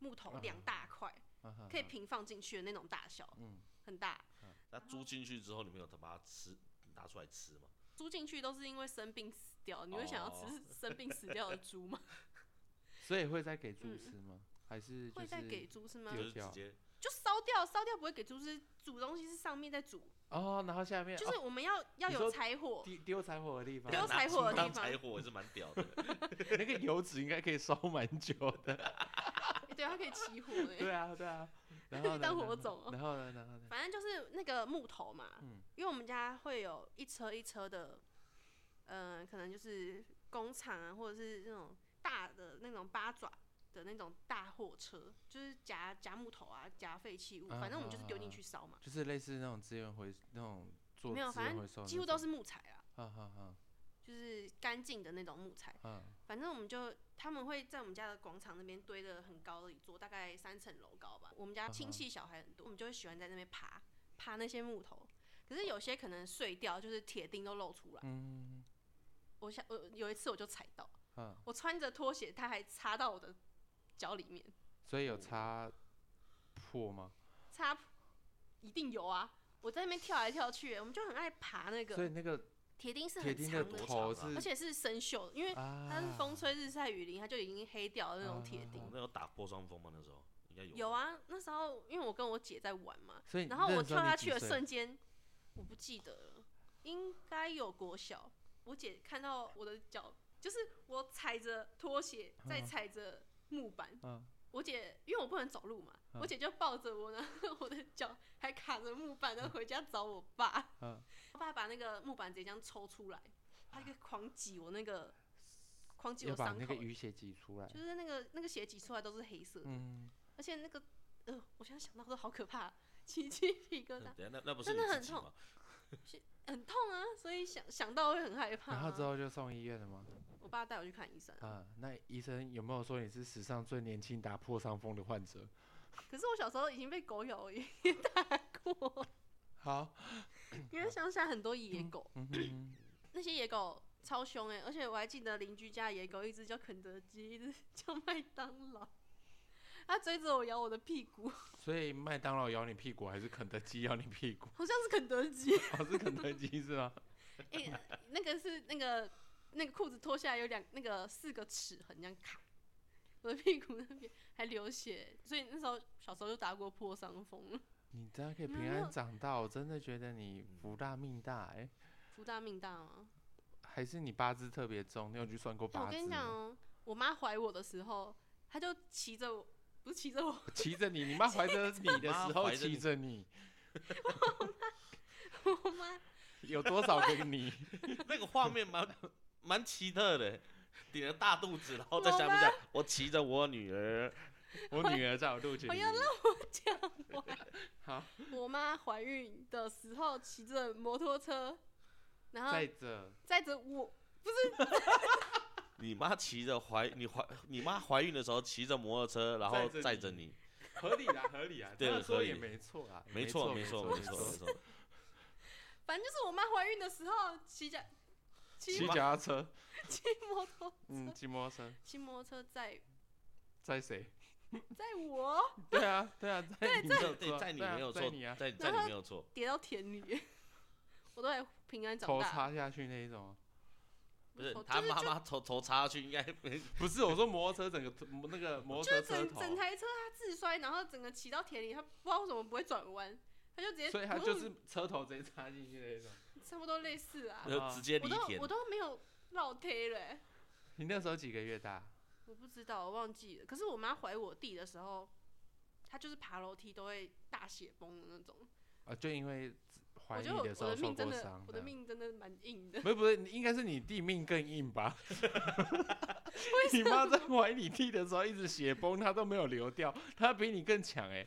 Speaker 1: 木头
Speaker 2: 嗯
Speaker 3: 啊
Speaker 1: 两大块，
Speaker 3: 啊哈
Speaker 1: 可以
Speaker 3: 哈
Speaker 1: 平放进去的那种大小，
Speaker 3: 嗯，
Speaker 1: 很大。
Speaker 2: 那猪进去之后，你们有他妈吃拿出来吃吗？
Speaker 1: 租进去都是因为生病死掉，你会想要吃
Speaker 2: 哦
Speaker 1: 生病死掉的猪吗？
Speaker 3: 所以会再给猪
Speaker 1: 嗯
Speaker 3: 吃吗？还是就
Speaker 1: 会再
Speaker 3: 是
Speaker 1: 给猪吃吗
Speaker 2: 就？
Speaker 3: 丢
Speaker 2: 是直
Speaker 3: 掉
Speaker 2: 接
Speaker 1: 就烧掉，烧掉不会给猪吃，煮东西是上面在煮，
Speaker 3: 哦，然后下面
Speaker 1: 就是
Speaker 3: 哦
Speaker 1: 我们要要
Speaker 3: 你
Speaker 1: 有
Speaker 3: 说
Speaker 1: 柴火，
Speaker 3: 丢丢柴火的地方，
Speaker 1: 丢柴火的地
Speaker 2: 当
Speaker 1: 方
Speaker 2: 柴火也是蛮屌的。
Speaker 3: 那个油脂应该可以烧蛮久的。
Speaker 1: 欸 对，它可以起 火欸
Speaker 3: 对啊，对啊。然后呢
Speaker 1: 当
Speaker 3: 然
Speaker 1: 火
Speaker 3: 后
Speaker 1: 种哦
Speaker 3: 然后呢，然后呢？
Speaker 1: 反正就是那个木头嘛，
Speaker 3: 嗯
Speaker 1: 因为我们家会有一车一车的，嗯，可能就是工厂啊，或者是那种大的那种八爪的那种大货车，就是夹夹木头啊，夹废弃物，
Speaker 3: 啊
Speaker 1: 反正我们就是丢
Speaker 3: 啊
Speaker 1: 进
Speaker 3: 啊
Speaker 1: 去烧嘛，
Speaker 3: 就是类似那种资源回那种做
Speaker 1: 没有
Speaker 3: 资源
Speaker 1: 反
Speaker 3: 回收的那种，
Speaker 1: 几乎都是木材啊，
Speaker 3: 啊。哈哈
Speaker 1: 就是干净的那种木材。
Speaker 3: 哈，
Speaker 1: 反正我们就他们会在我们家的广场那边堆的很高的一座，大概三层楼高吧。我们家亲戚小孩很多，我们就会喜欢在那边爬爬那些木头。可是有些可能碎掉，就是铁钉都露出来。
Speaker 3: 嗯
Speaker 1: 我想，我有一次我就踩到，
Speaker 3: 嗯，
Speaker 1: 我穿着拖鞋，它还插到我的脚里面，嗯
Speaker 3: 所以有擦破吗？
Speaker 1: 插一定有啊！我在那边跳来跳去，我们就很爱爬那
Speaker 3: 所
Speaker 1: 个
Speaker 3: 以那个
Speaker 1: 铁钉，是
Speaker 3: 铁
Speaker 1: 很
Speaker 3: 钉
Speaker 1: 长
Speaker 2: 多
Speaker 1: 的，
Speaker 2: 长
Speaker 3: 头
Speaker 2: 啊
Speaker 3: 是
Speaker 1: 而且是生锈的，因为
Speaker 3: 啊，
Speaker 1: 它是风吹日晒雨淋，它就已经黑掉的
Speaker 3: 嗯
Speaker 1: 那种铁钉
Speaker 2: 哦我。那有打破双峰吗？那时候应该有。
Speaker 1: 有。啊，那时候因为我跟我姐在玩嘛，
Speaker 3: 所以
Speaker 1: 然后
Speaker 3: 那
Speaker 1: 我
Speaker 3: 时候
Speaker 1: 跳
Speaker 3: 你
Speaker 1: 下
Speaker 3: 几
Speaker 1: 去的
Speaker 3: 岁
Speaker 1: 瞬间，我不记得了，应该有国小。我姐看到我的脚，就是我踩着拖鞋，再
Speaker 3: 嗯
Speaker 1: 踩着木板。
Speaker 3: 嗯
Speaker 1: 我姐因为我不能走路嘛，我
Speaker 3: 嗯
Speaker 1: 姐就抱着我，然后 我的脚还卡着木板，然后回家找我爸。
Speaker 3: 嗯
Speaker 1: 我爸把那个木板直接这样抽出来，他就狂挤我那个，狂挤
Speaker 3: 要
Speaker 1: 我
Speaker 3: 把
Speaker 1: 伤
Speaker 3: 那
Speaker 1: 口
Speaker 3: 个，淤血挤出来
Speaker 1: 就。是那个那个血挤出来都是黑色的。
Speaker 3: 嗯，
Speaker 1: 而且那个，呃，我现在想到都好可怕， 起鸡皮疙瘩
Speaker 2: 等，一下那那不是
Speaker 1: 真
Speaker 2: 你
Speaker 1: 的
Speaker 2: 自
Speaker 1: 很
Speaker 2: 己
Speaker 1: 痛
Speaker 2: 吗？
Speaker 1: 很痛啊，所以想想到会很害怕、
Speaker 3: 嗯然后之
Speaker 1: 啊。
Speaker 3: 后就送医院了吗？
Speaker 1: 我爸带我去看医生、啊，
Speaker 3: 啊，那医生有没有说你是史上最年轻打破伤风的患者？
Speaker 1: 可是我小时候已经被 狗咬也打过，
Speaker 3: 好，
Speaker 1: 因为乡下很多野狗，
Speaker 3: 嗯哼，
Speaker 1: 那些野狗超凶哎、而且我还记得邻居家野狗一只叫肯德基， 一只叫麦当劳，它追着我咬我的屁股，
Speaker 3: 所以麦当劳咬你屁股还是肯德基咬你屁股？
Speaker 1: 好像是肯德基，
Speaker 3: 哦，是肯德基是吗？
Speaker 1: 哎、那个是那个那个裤子脱下来有两那个四个齿痕这样卡，我的屁股那边还流血，所以那时候小时候就打过破伤风了，
Speaker 3: 你这样可以
Speaker 1: 没有
Speaker 3: 平
Speaker 1: 没
Speaker 3: 安
Speaker 1: 有
Speaker 3: 长大，我真的觉得你福大命大哎、
Speaker 1: 福大命大吗？
Speaker 3: 还是你八字特别重？你有去算过
Speaker 1: 哎
Speaker 3: 八
Speaker 1: 我
Speaker 3: 字
Speaker 1: 跟你讲
Speaker 3: 吗？
Speaker 1: 哦，我妈怀我的时候，她就骑着我，不是骑着我，
Speaker 3: 骑着你，你妈怀着你的
Speaker 2: 妈
Speaker 3: 时候
Speaker 2: 怀着
Speaker 3: 骑
Speaker 2: 你
Speaker 3: 着你，
Speaker 1: 我妈
Speaker 3: 有多少个你？
Speaker 2: 那个画面蛮蛮奇特的，顶着大肚子，然后在
Speaker 1: 我
Speaker 2: 下面
Speaker 1: 吗
Speaker 2: 讲，我骑着我女儿，
Speaker 3: 我女儿在我肚子
Speaker 1: 我
Speaker 3: 里
Speaker 1: 要。讲完。
Speaker 3: 好，
Speaker 1: 我妈怀孕的时候骑着摩托车，然后
Speaker 3: 载着
Speaker 1: 载着我，
Speaker 2: 你妈骑着怀你怀你妈怀孕的时候骑着摩托车，然后
Speaker 3: 载着
Speaker 2: 载
Speaker 3: 你
Speaker 2: 着你，
Speaker 3: 合理啦，合理啦，
Speaker 2: 对
Speaker 3: 这样说
Speaker 2: 合
Speaker 3: 也
Speaker 2: 理
Speaker 3: 没错啦，
Speaker 2: 没错
Speaker 3: 错
Speaker 2: 没错
Speaker 3: 没
Speaker 2: 没错没，错，
Speaker 1: 反正就是我妈怀孕的时候骑着骑
Speaker 3: 骑脚踏车，
Speaker 1: 骑摩托
Speaker 3: 嗯，
Speaker 1: 车，
Speaker 3: 骑摩托车
Speaker 1: 骑摩托车载
Speaker 3: 载谁？
Speaker 1: 载我。
Speaker 3: 对啊对啊，载你没有
Speaker 2: 对，
Speaker 3: 错，
Speaker 2: 在你
Speaker 3: 对啊
Speaker 2: 没有
Speaker 3: 载
Speaker 2: 错，
Speaker 3: 你啊，
Speaker 2: 在在
Speaker 1: 然
Speaker 2: 你
Speaker 1: 后
Speaker 2: 没 有错，
Speaker 1: 跌到田里，我都还平安长
Speaker 3: 头
Speaker 1: 大。
Speaker 3: 插下去那一种啊。
Speaker 2: 不是
Speaker 1: 头
Speaker 2: 他
Speaker 1: 就是
Speaker 2: 妈妈头头插下去应该没
Speaker 3: 不是，我说摩托车整个头那个摩
Speaker 1: 就
Speaker 3: 托车
Speaker 1: 是
Speaker 3: 车
Speaker 1: 整
Speaker 3: 头，
Speaker 1: 整台车它自摔，然后整个骑到田里，它不知道为什么不会转弯，它就直接，
Speaker 3: 所以它就是车头直接插进去那一种。
Speaker 1: 嗯差不多类似啊。
Speaker 2: 就直接
Speaker 1: 我
Speaker 2: 离
Speaker 1: 都
Speaker 2: 田
Speaker 1: 我，都没有绕贴嘞、
Speaker 3: 你那时候几个月大？
Speaker 1: 我不知道，我忘记了。可是我妈怀我弟的时候，她就是爬楼梯都会大血崩的那种。
Speaker 3: 啊，就因为怀
Speaker 1: 我
Speaker 3: 你
Speaker 1: 觉得我
Speaker 3: 时
Speaker 1: 我
Speaker 3: 候
Speaker 1: 的
Speaker 3: 受
Speaker 1: 命真
Speaker 3: 过
Speaker 1: 的
Speaker 3: 伤，，
Speaker 1: 我的
Speaker 3: 这样。
Speaker 1: 命真的蛮硬的。
Speaker 3: 不是不是，应该是你弟命更硬吧？你妈在怀你弟的时候一直血崩，她都没有流掉，她比你更强哎、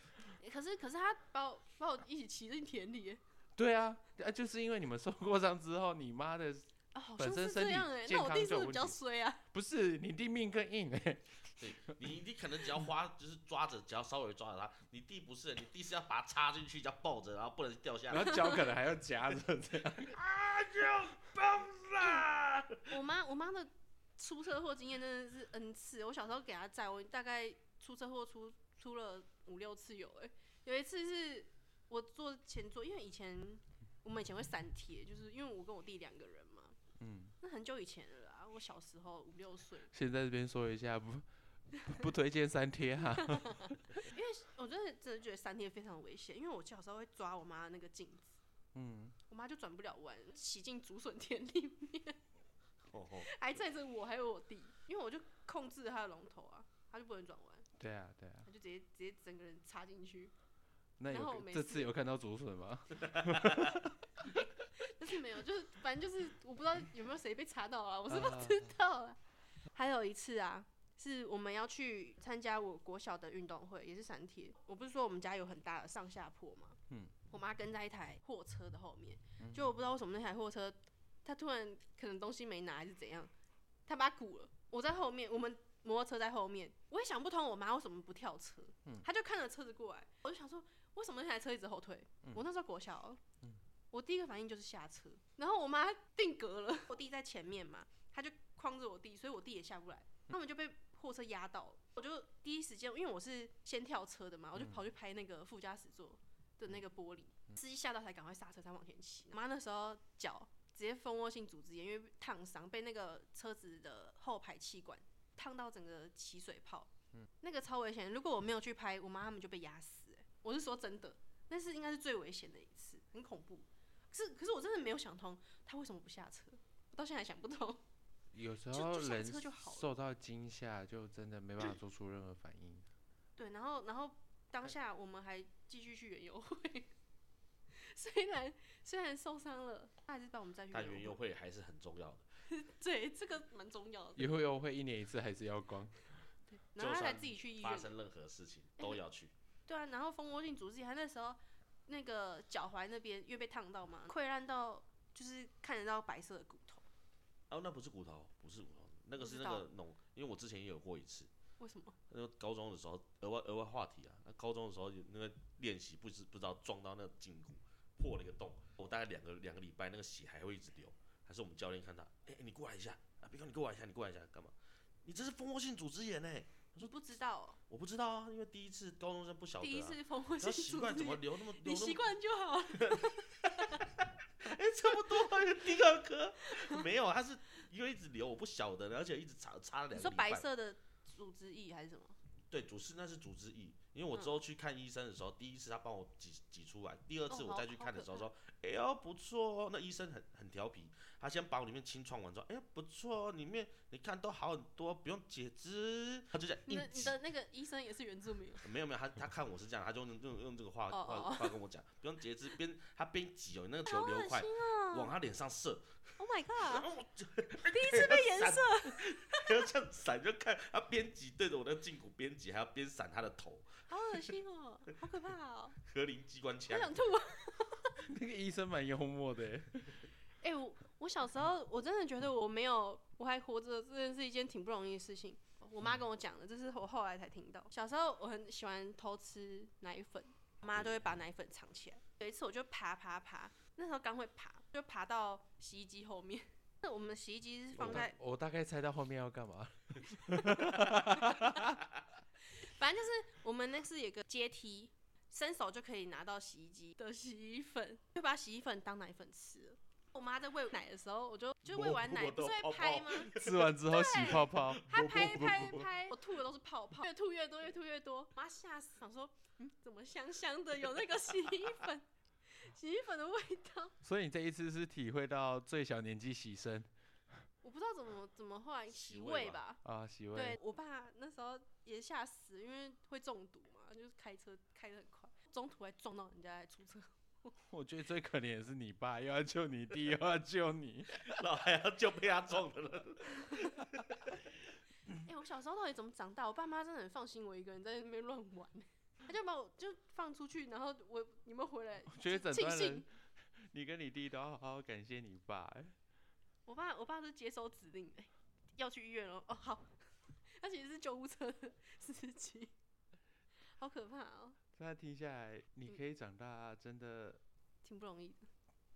Speaker 1: 可是可是她把我把我一起骑进田里欸耶，
Speaker 3: 对啊，啊，就是因为你们受过伤之后，你妈的
Speaker 1: 啊，好
Speaker 3: 本
Speaker 1: 像
Speaker 3: 身
Speaker 1: 是
Speaker 3: 身
Speaker 1: 这
Speaker 3: 体
Speaker 1: 样哎、
Speaker 3: 健
Speaker 1: 那我
Speaker 3: 康
Speaker 1: 弟
Speaker 3: 就
Speaker 1: 不是比
Speaker 3: 是有问
Speaker 1: 较
Speaker 3: 题
Speaker 1: 衰啊？
Speaker 3: 不是你弟命更硬哎、
Speaker 2: 对你你可能只要花就是抓着，只要稍微抓着它，你弟不是，你弟是要把它插进去，要抱着，然后不能掉下
Speaker 3: 然
Speaker 2: 来。
Speaker 3: 后脚可能还要夹 着这样。
Speaker 2: 啊，就崩啦！
Speaker 1: 我妈我妈的出车祸经验真的是 n 次，我小时候给她载，我大概出车祸出出了五六次有哎、有一次是我坐前座，因为以前我们以前会散贴，就是因为我跟我弟两个人嘛，很久以前了啦，我小时候五六岁，
Speaker 3: 先嗯在这边说一下，不不不推荐三啊贴哈。
Speaker 1: 我真的真的觉得三天非常危险，因为我小时候会抓我妈那个镜子，
Speaker 3: 嗯，
Speaker 1: 我妈就转不了弯，骑进竹笋田里面，
Speaker 2: 哦吼
Speaker 1: 还载着我还有我弟，因为我就控制她的龙头啊，她就不能转弯，
Speaker 3: 对啊对啊。
Speaker 1: 她就直接直接整个人插进去，
Speaker 3: 那
Speaker 1: 然后
Speaker 3: 有
Speaker 1: 我每
Speaker 3: 这
Speaker 1: 次
Speaker 3: 次有看到竹笋吗？
Speaker 1: 但是没有，就是反正就是我不知道有没有谁被查到啊，我是不
Speaker 3: 啊
Speaker 1: 知道啊。还有一次啊，是我们要去参加我国小的运动会，也是三铁。我不是说我们家有很大的上下坡嘛，
Speaker 3: 嗯
Speaker 1: 我妈跟在一台货车的后面，就我不知道为什么那台货车，它突然可能东西没拿还是怎样，它把它鼓了。我在后面，我们摩托车在后面，我也想不通我妈为什么不跳车，
Speaker 3: 嗯
Speaker 1: 她就看着车子过来，我就想说为什么那台车一直后退？
Speaker 3: 嗯
Speaker 1: 我那时候国小哦、我第一个反应就是下车，然后我妈定格了， 我弟在前面嘛，他就框着我弟，所以我弟也下不来，他们就被货车压到了。我就第一时间，因为我是先跳车的嘛，我就跑去拍那个副驾驶座的那个玻璃，司机吓到才赶快刹车，才往前骑。我妈那时候脚直接蜂窝性组织炎，因为烫伤，被那个车子的后排气管烫到整个起水泡，那个超危险。如果我没有去拍，我妈他们就被压死、欸我是说真的，那是应该是最危险的一次，很恐怖。可是可是我真的没有想通，他为什么不下车，我到现在还想不通。
Speaker 3: 有时
Speaker 1: 就
Speaker 3: 候
Speaker 1: 就下
Speaker 3: 人
Speaker 1: 车就好了
Speaker 3: 受到惊吓，就真的没办法做出任何反应。
Speaker 1: 对，然后然后当下我们还继续去园游会， 虽然虽然受伤了，他还是帮我们再去
Speaker 2: 但园
Speaker 1: 游
Speaker 2: 游。会还是很重要的。
Speaker 1: 对，这个蛮重要的。
Speaker 3: 以后又会一年一次还是要光？
Speaker 1: 对，然后
Speaker 2: 就
Speaker 1: 他还
Speaker 2: 算
Speaker 1: 自己去医
Speaker 2: 发
Speaker 1: 院。
Speaker 2: 生任何事 情都要去，
Speaker 1: 对啊，然后蜂窝性组织炎，他那时候那个脚踝那边因为被烫到嘛，溃烂到就是看得到白色的骨头。
Speaker 2: 哦，那不是骨头，不是骨头，那个
Speaker 1: 不知
Speaker 2: 是那
Speaker 1: 道
Speaker 2: 个脓，因为我之前也有过一次。
Speaker 1: 为什么？
Speaker 2: 那个高中的时候，额外额外话题啊，那高中的时候有那个练习不知不知道撞到那个胫骨破了一个洞，我大概两个两个礼拜那个血还会一直流，还是我们教练看他，哎、你过来一下啊，别哥你过来一下，你过来一下干嘛？你这是蜂窝性组织炎哎、
Speaker 1: 我不知道哦、
Speaker 2: 我不知道啊，因为第一次高中生不晓得、
Speaker 1: 第
Speaker 2: 啊，
Speaker 1: 一次蜂窝
Speaker 2: 你
Speaker 1: 性
Speaker 2: 要习
Speaker 1: 组
Speaker 2: 惯
Speaker 1: 织
Speaker 2: 怎么
Speaker 1: 炎，
Speaker 2: 流那么流
Speaker 1: 你
Speaker 2: 那
Speaker 1: 习
Speaker 2: 么
Speaker 1: 惯就好了。
Speaker 2: 哎、这么多还有第二颗，没有，他是因为一直流，我不晓得，而且一直擦擦了两个
Speaker 1: 你
Speaker 2: 礼
Speaker 1: 说
Speaker 2: 拜。
Speaker 1: 白色的组织液还是什么？
Speaker 2: 对，主是那是主治医，因为我
Speaker 1: 嗯
Speaker 2: 之后去看医生的时候，第一次他帮我挤挤出来，第二次
Speaker 1: 哦
Speaker 2: 我
Speaker 1: 好
Speaker 2: 再去
Speaker 1: 好
Speaker 2: 看的
Speaker 1: 可
Speaker 2: 时候
Speaker 1: 怕
Speaker 2: 说，哎呦不错哦，那医生很很调皮，他先把我里面清创完之后，哎呦不错哦，里面你看都好很多，不用截肢，他就这样
Speaker 1: 你
Speaker 2: 硬
Speaker 1: 的你
Speaker 2: 挤。
Speaker 1: 的那个医生也是原住民哦，
Speaker 2: 没有没有，他他看我是这样，他就用用用这个话
Speaker 1: 哦哦
Speaker 2: 话
Speaker 1: 哦
Speaker 2: 话跟我讲，不用截肢，边他边挤哦，那个
Speaker 1: 好
Speaker 2: 球流
Speaker 1: 恶
Speaker 2: 快
Speaker 1: 心
Speaker 2: 往
Speaker 1: 哦
Speaker 2: 他脸上射，哦
Speaker 1: ！Oh my
Speaker 2: 然
Speaker 1: god！
Speaker 2: 后我就
Speaker 1: 第一次被颜
Speaker 2: 闪
Speaker 1: 色，
Speaker 2: 还要这样闪，就看他边挤对着我的胫骨边挤，还要边闪他的头，
Speaker 1: 好恶心哦，好可怕哦，
Speaker 2: 和林机关枪
Speaker 1: 我。想吐啊！
Speaker 3: 那个医生蛮幽默的欸，
Speaker 1: 哎、我我小时候我真的觉得我没有我还活着，真的是一件挺不容易的事情。我妈跟我讲的，这是我后来才听到。小时候我很喜欢偷吃奶粉，我妈都会把奶粉藏起来。有一次我就爬爬爬，那时候刚会爬，就爬到洗衣机后面。 那我们洗衣机是
Speaker 3: 我
Speaker 1: 放
Speaker 3: 大
Speaker 1: 在，
Speaker 3: 我大概猜到后面要干嘛。
Speaker 1: 反正就是我们那是有个阶梯，伸手就可以拿到洗衣机的洗衣粉，就把洗衣粉当奶粉吃了。我妈在喂奶的时候，我就就喂完奶
Speaker 2: 摸
Speaker 1: 不
Speaker 2: 到
Speaker 1: 是
Speaker 2: 泡
Speaker 1: 会
Speaker 2: 泡
Speaker 1: 拍吗？
Speaker 3: 吃完之后洗
Speaker 1: 对
Speaker 3: 泡泡，
Speaker 1: 他
Speaker 3: 不
Speaker 1: 拍
Speaker 3: 不
Speaker 1: 拍
Speaker 3: 不不
Speaker 1: 拍，我吐的都是泡泡，越吐越多，越吐越多，妈吓死，想说，嗯，怎么香香的，有那个洗衣粉，洗衣粉的味道，
Speaker 3: 所以你这一次是体会到最小年纪洗身
Speaker 1: 我不知道怎么怎么后来
Speaker 2: 洗
Speaker 1: 洗
Speaker 2: 胃
Speaker 1: 胃吧，
Speaker 3: 啊，洗胃。
Speaker 1: 对我爸那时候也吓死，因为会中毒嘛，就是开车开得很快，中途还撞到人家在出车祸，
Speaker 3: 我觉得最可怜的是你爸，又要救你弟，又要 救你。
Speaker 2: 然后还要就被他撞的人。
Speaker 1: 哎、我小时候到底怎么长大？我爸妈真的很放心我一个人在那边乱玩。 他就把我就放出去，然后我你们回来，
Speaker 3: 觉 得整
Speaker 1: 庆
Speaker 3: 段人
Speaker 1: 幸，
Speaker 3: 你跟你弟都要好好感谢你爸欸。
Speaker 1: 我爸我爸是接收指令的，要去医院哦。哦，好， 他其实是救护车的司机，好可怕哦，
Speaker 3: 这样听下来，你
Speaker 1: 嗯
Speaker 3: 可以长大，真的，
Speaker 1: 挺不容易的。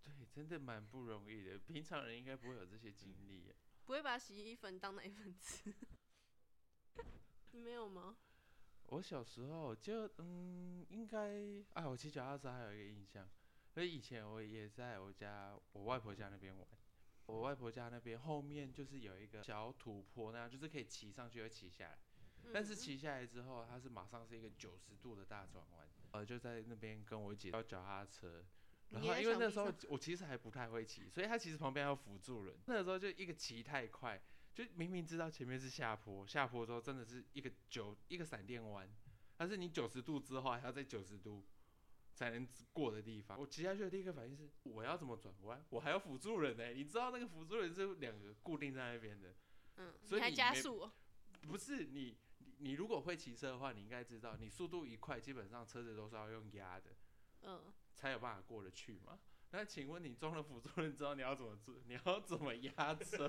Speaker 3: 对，真的蛮不容易的。平常人应该不会有这些经历欸。
Speaker 1: 不会把洗衣粉当奶粉吃， 你没有吗？
Speaker 3: 我小时候就嗯，应该啊，我骑脚踏车还有一个印象，所以以前我也在我家我外婆家那边玩，我外婆家那边后面就是有一个小土坡那样，就是可以骑上去又骑下来。但是
Speaker 1: 嗯
Speaker 3: 骑下来之后，它是马上是一个九十度的大转弯，呃，就在那边跟我姐要脚踏车，然
Speaker 1: 嗯你
Speaker 3: 后
Speaker 1: 也
Speaker 3: 因为
Speaker 1: 想
Speaker 3: 那
Speaker 1: 比
Speaker 3: 时候
Speaker 1: 上
Speaker 3: 我其实还不太会骑，所以它其实旁边还有辅助人，那时候就一个骑太快，就明明知道前面是下坡，下坡之后真的是一个九一个闪电弯，但是你九十度之后还要在九十度。才能过的地方，我骑下去的第一个反应是我要怎么转弯？我还有辅助人呢、你知道那个辅助人是两个固定在那边的，
Speaker 1: 嗯，
Speaker 3: 所
Speaker 1: 你
Speaker 3: 以
Speaker 1: 还
Speaker 3: 你
Speaker 1: 加
Speaker 3: 没
Speaker 1: 速哦，
Speaker 3: 不是你，你你如果会骑车的话，你应该知道，你速度一快，基本上车子都是要用压的，
Speaker 1: 嗯，
Speaker 3: 才有办法过得去嘛。那请问你装了辅助人之后，你要怎么做？ 你要怎么压车？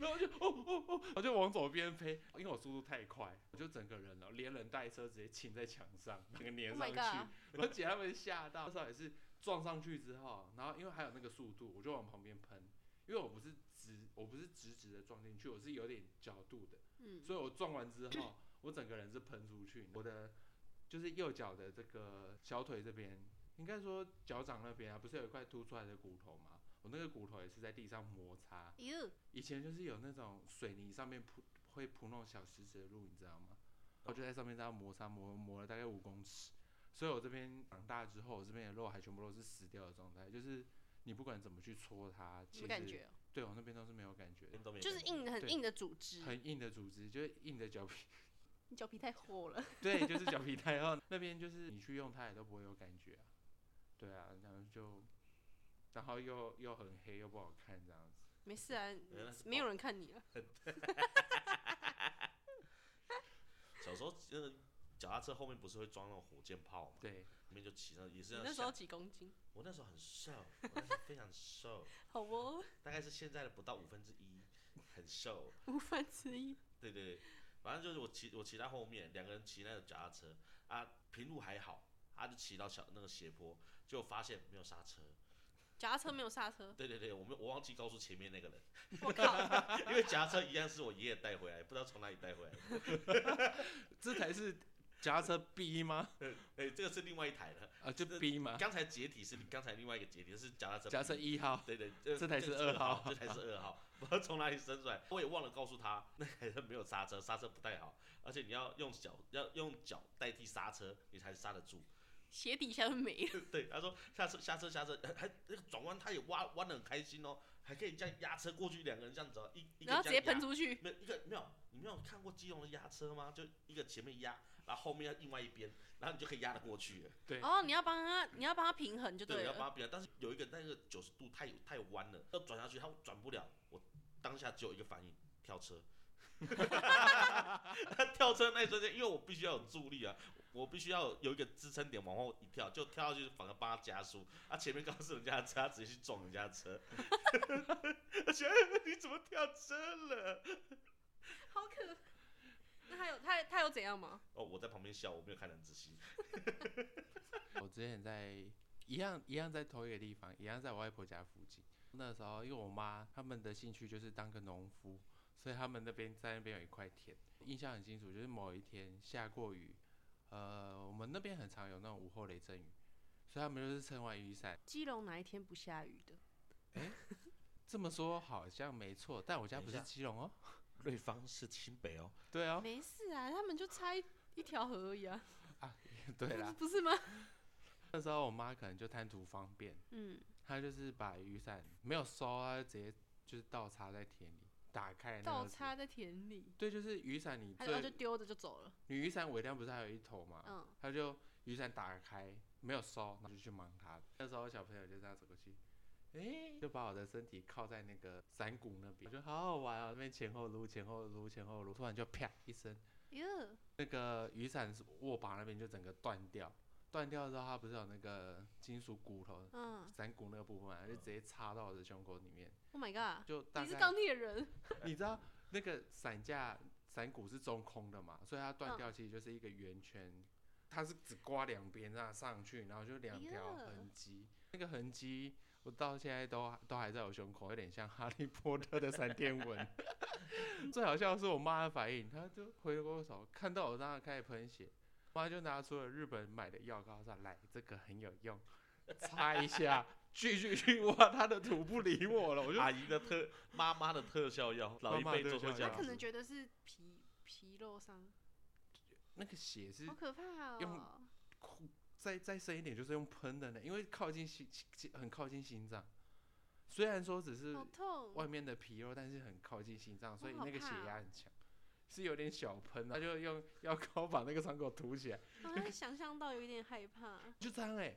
Speaker 3: 然后我就哦哦哦，我就往左边飞，因为我速度太快，我就整个人哦，连人带车直接亲在墙上，那个粘
Speaker 1: Oh
Speaker 3: 上
Speaker 1: my
Speaker 3: 去。
Speaker 1: god
Speaker 3: 我姐他们吓到，那时候也是撞上去之后，然后因为还有那个速度，我就往旁边喷，因为我不是直，我不是直直的撞进去，我是有点角度的。
Speaker 1: 嗯，
Speaker 3: 所以我撞完之后， 我整个人是喷出去，我的就是右脚的这个小腿这边，应该说脚掌那边啊，不是有一块凸出来的骨头吗？我那个骨头也是在地上摩擦。
Speaker 1: 哟，
Speaker 3: 以前就是有那种水泥上面铺会铺那种小石子的路，你知道吗？我就在上面这样摩擦磨磨了大概五公尺，所以我这边长大之后，我这边的肉还全部都是死掉的状态，就是你不管怎么去搓它，其
Speaker 1: 没
Speaker 3: 实
Speaker 1: 感觉哦，
Speaker 3: 对我那边都是没有感觉的，
Speaker 2: 都 没
Speaker 1: 就是
Speaker 2: 感觉
Speaker 1: 硬很
Speaker 3: 对
Speaker 1: 硬的组织，
Speaker 3: 很硬的组织，就是硬的脚皮
Speaker 1: 你脚皮太厚了，
Speaker 3: 对，就是脚皮太厚，那边就是你去用它也都不会有感觉啊。对啊，然后就，然后又又很黑又不好看这样子。
Speaker 1: 没事啊
Speaker 2: 原来，是
Speaker 1: 没有
Speaker 2: 包
Speaker 1: 人看你了，
Speaker 2: 小时候呃，脚踏车后面不是会装那种火箭炮嘛，
Speaker 3: 对，
Speaker 2: 里面就骑那也是
Speaker 1: 你那
Speaker 2: 那种
Speaker 1: 时候
Speaker 2: 像。
Speaker 1: 几公斤？
Speaker 2: 我那时候很瘦，我那时候非常 瘦，
Speaker 1: 好哦，
Speaker 2: 大概是现在的不到五分之一，很瘦。
Speaker 1: 五分之一，
Speaker 2: 对对对，反正就是我骑我骑在后面，两个人骑那个脚踏车啊，平路还好，他、就骑到小那个斜坡，就发现没有刹车。
Speaker 1: 脚踏车没有刹车，
Speaker 2: 对对对，我们我忘记告诉前面那个人，
Speaker 1: 我靠，
Speaker 2: 因为脚踏车一样是我爷爷带回来，不知道从哪里带回来的。
Speaker 3: 这才是 夹车 B 吗？
Speaker 2: 哎、这个是另外一台了。
Speaker 3: 啊，就
Speaker 2: 这
Speaker 3: B 嘛，
Speaker 2: 刚才解体是刚才另外一个解体是脚踏车，
Speaker 3: 夹车一号。
Speaker 2: 对对，这
Speaker 3: 这台是二号
Speaker 2: 号，这台是二号， 不知道从哪里生出来，我也忘了告诉他， 那台车没有刹车，刹车不太好，而且你要用脚要用脚代替刹车，你才刹得住。
Speaker 1: 鞋底一下就没了，
Speaker 2: 对，他说下车下车下车，还那个转弯他也挖弯的很开心哦，还可以这样压车过去，两个人这样子哦，一一个
Speaker 1: 然后
Speaker 2: 这
Speaker 1: 直
Speaker 2: 样
Speaker 1: 接喷
Speaker 2: 压
Speaker 1: 出去，
Speaker 2: 没有一个没有，你没有看过基隆的压车吗？就一个前面压，然后后面要另外一边，然后你就可以压得过去了。
Speaker 3: 对
Speaker 1: 哦，你要帮他，你要帮他平衡就
Speaker 2: 对，要
Speaker 1: 了，
Speaker 2: 八边，但是有一个那个九十度太太弯了，要转下去它转不了。我当下只有一个反应，跳车。 他跳车那一瞬间，因为我必须要有助力啊，我必须要有一个支撑点往后一跳，就跳下去反而帮他加速。他、前面刚好是人家的车，他直接去撞人家的车。 而且哎你怎么跳车了？
Speaker 1: 好可怕。那还有他他有怎样吗？
Speaker 2: 哦，我在旁边笑，我没有看得很仔细。
Speaker 3: 我之前在一样一样在同一个地方，一样在我外婆家附近。那时候因为我妈他们的兴趣就是当个农夫，所以他们那边在那边有一块田，印象很清楚。就是某一天下过雨，呃，我们那边很常有那种午后雷阵雨，所以他们就是撑完雨伞。
Speaker 1: 基隆哪一天不下雨的？
Speaker 3: 这么说好像没错，但我家
Speaker 2: 等一
Speaker 3: 不是
Speaker 2: 下
Speaker 3: 基隆哦。
Speaker 2: 瑞芳是清北哦，
Speaker 3: 对哦，
Speaker 1: 没事啊，他们就差一一条河而已啊，
Speaker 3: 对 啦。
Speaker 1: 不是吗？
Speaker 3: 那时候我妈可能就贪图方便，
Speaker 1: 嗯，
Speaker 3: 她就是把雨伞没有收啊，直接就是倒插在田里，打开那
Speaker 1: 嗯倒
Speaker 3: 个
Speaker 1: 插在田里，
Speaker 3: 对，就是雨伞，你
Speaker 1: 他然后哦就
Speaker 3: 最
Speaker 1: 丢着就走了。
Speaker 3: 你雨伞尾量不是还有一头嘛？
Speaker 2: 啊
Speaker 1: 嗯，
Speaker 3: 他就雨伞打开没有收，那就去忙他。那时候小朋友就这样走过去，诶，就把我的身体靠在那个伞骨那边，我觉得好好玩啊、那边前后撸，前后撸，前后撸，突然就啪一声，
Speaker 1: 哟，
Speaker 3: 那个雨伞是握把那边就整个断掉，断掉之后它不是有那个金属骨头。
Speaker 1: 嗯
Speaker 3: 伞骨那个部分啊，就直接插到我的胸口里面，
Speaker 1: ，Oh my god，
Speaker 3: 就大
Speaker 1: 你是
Speaker 3: 概
Speaker 1: 钢铁人，
Speaker 3: 你知道那个伞架伞骨是中空的嘛，所以它断
Speaker 1: 嗯
Speaker 3: 掉其实就是一个圆圈，它是只刮两边这样上去，然后就两
Speaker 1: 哎呀
Speaker 3: 条痕迹。那个痕迹我到现在都都还在我胸口，有点像哈利波特的闪电 纹。最好笑的是我妈的反应，她就回过头看到我这样开始喷血，妈就拿出了日本买的药膏说：“来，这个很有用。”擦一下， 去去去，哇，他的土不理我了，我就
Speaker 1: 啊
Speaker 2: 阿姨的特妈妈的特效药，老一
Speaker 3: 妈妈
Speaker 2: 辈
Speaker 3: 的
Speaker 2: 都
Speaker 3: 特
Speaker 2: 会
Speaker 3: 效
Speaker 2: 这
Speaker 1: 他
Speaker 3: 药
Speaker 2: 样
Speaker 1: 可能
Speaker 2: 子。
Speaker 1: 觉得是皮皮肉伤，
Speaker 3: 那个血是
Speaker 1: 好可怕
Speaker 3: 用
Speaker 1: 哦！
Speaker 3: 哭再再深一点就是用喷的呢，因为靠近心心很靠近心脏，虽然说只是
Speaker 1: 好痛，
Speaker 3: 外面的皮肉，但是很靠近心脏，所以
Speaker 1: 哦好
Speaker 3: 那个血
Speaker 1: 怕哦
Speaker 3: 压很强，是有点小喷啊，他就用药膏把那个伤口涂起来，
Speaker 1: 好像想象到有一点害怕。
Speaker 3: 就这样哎、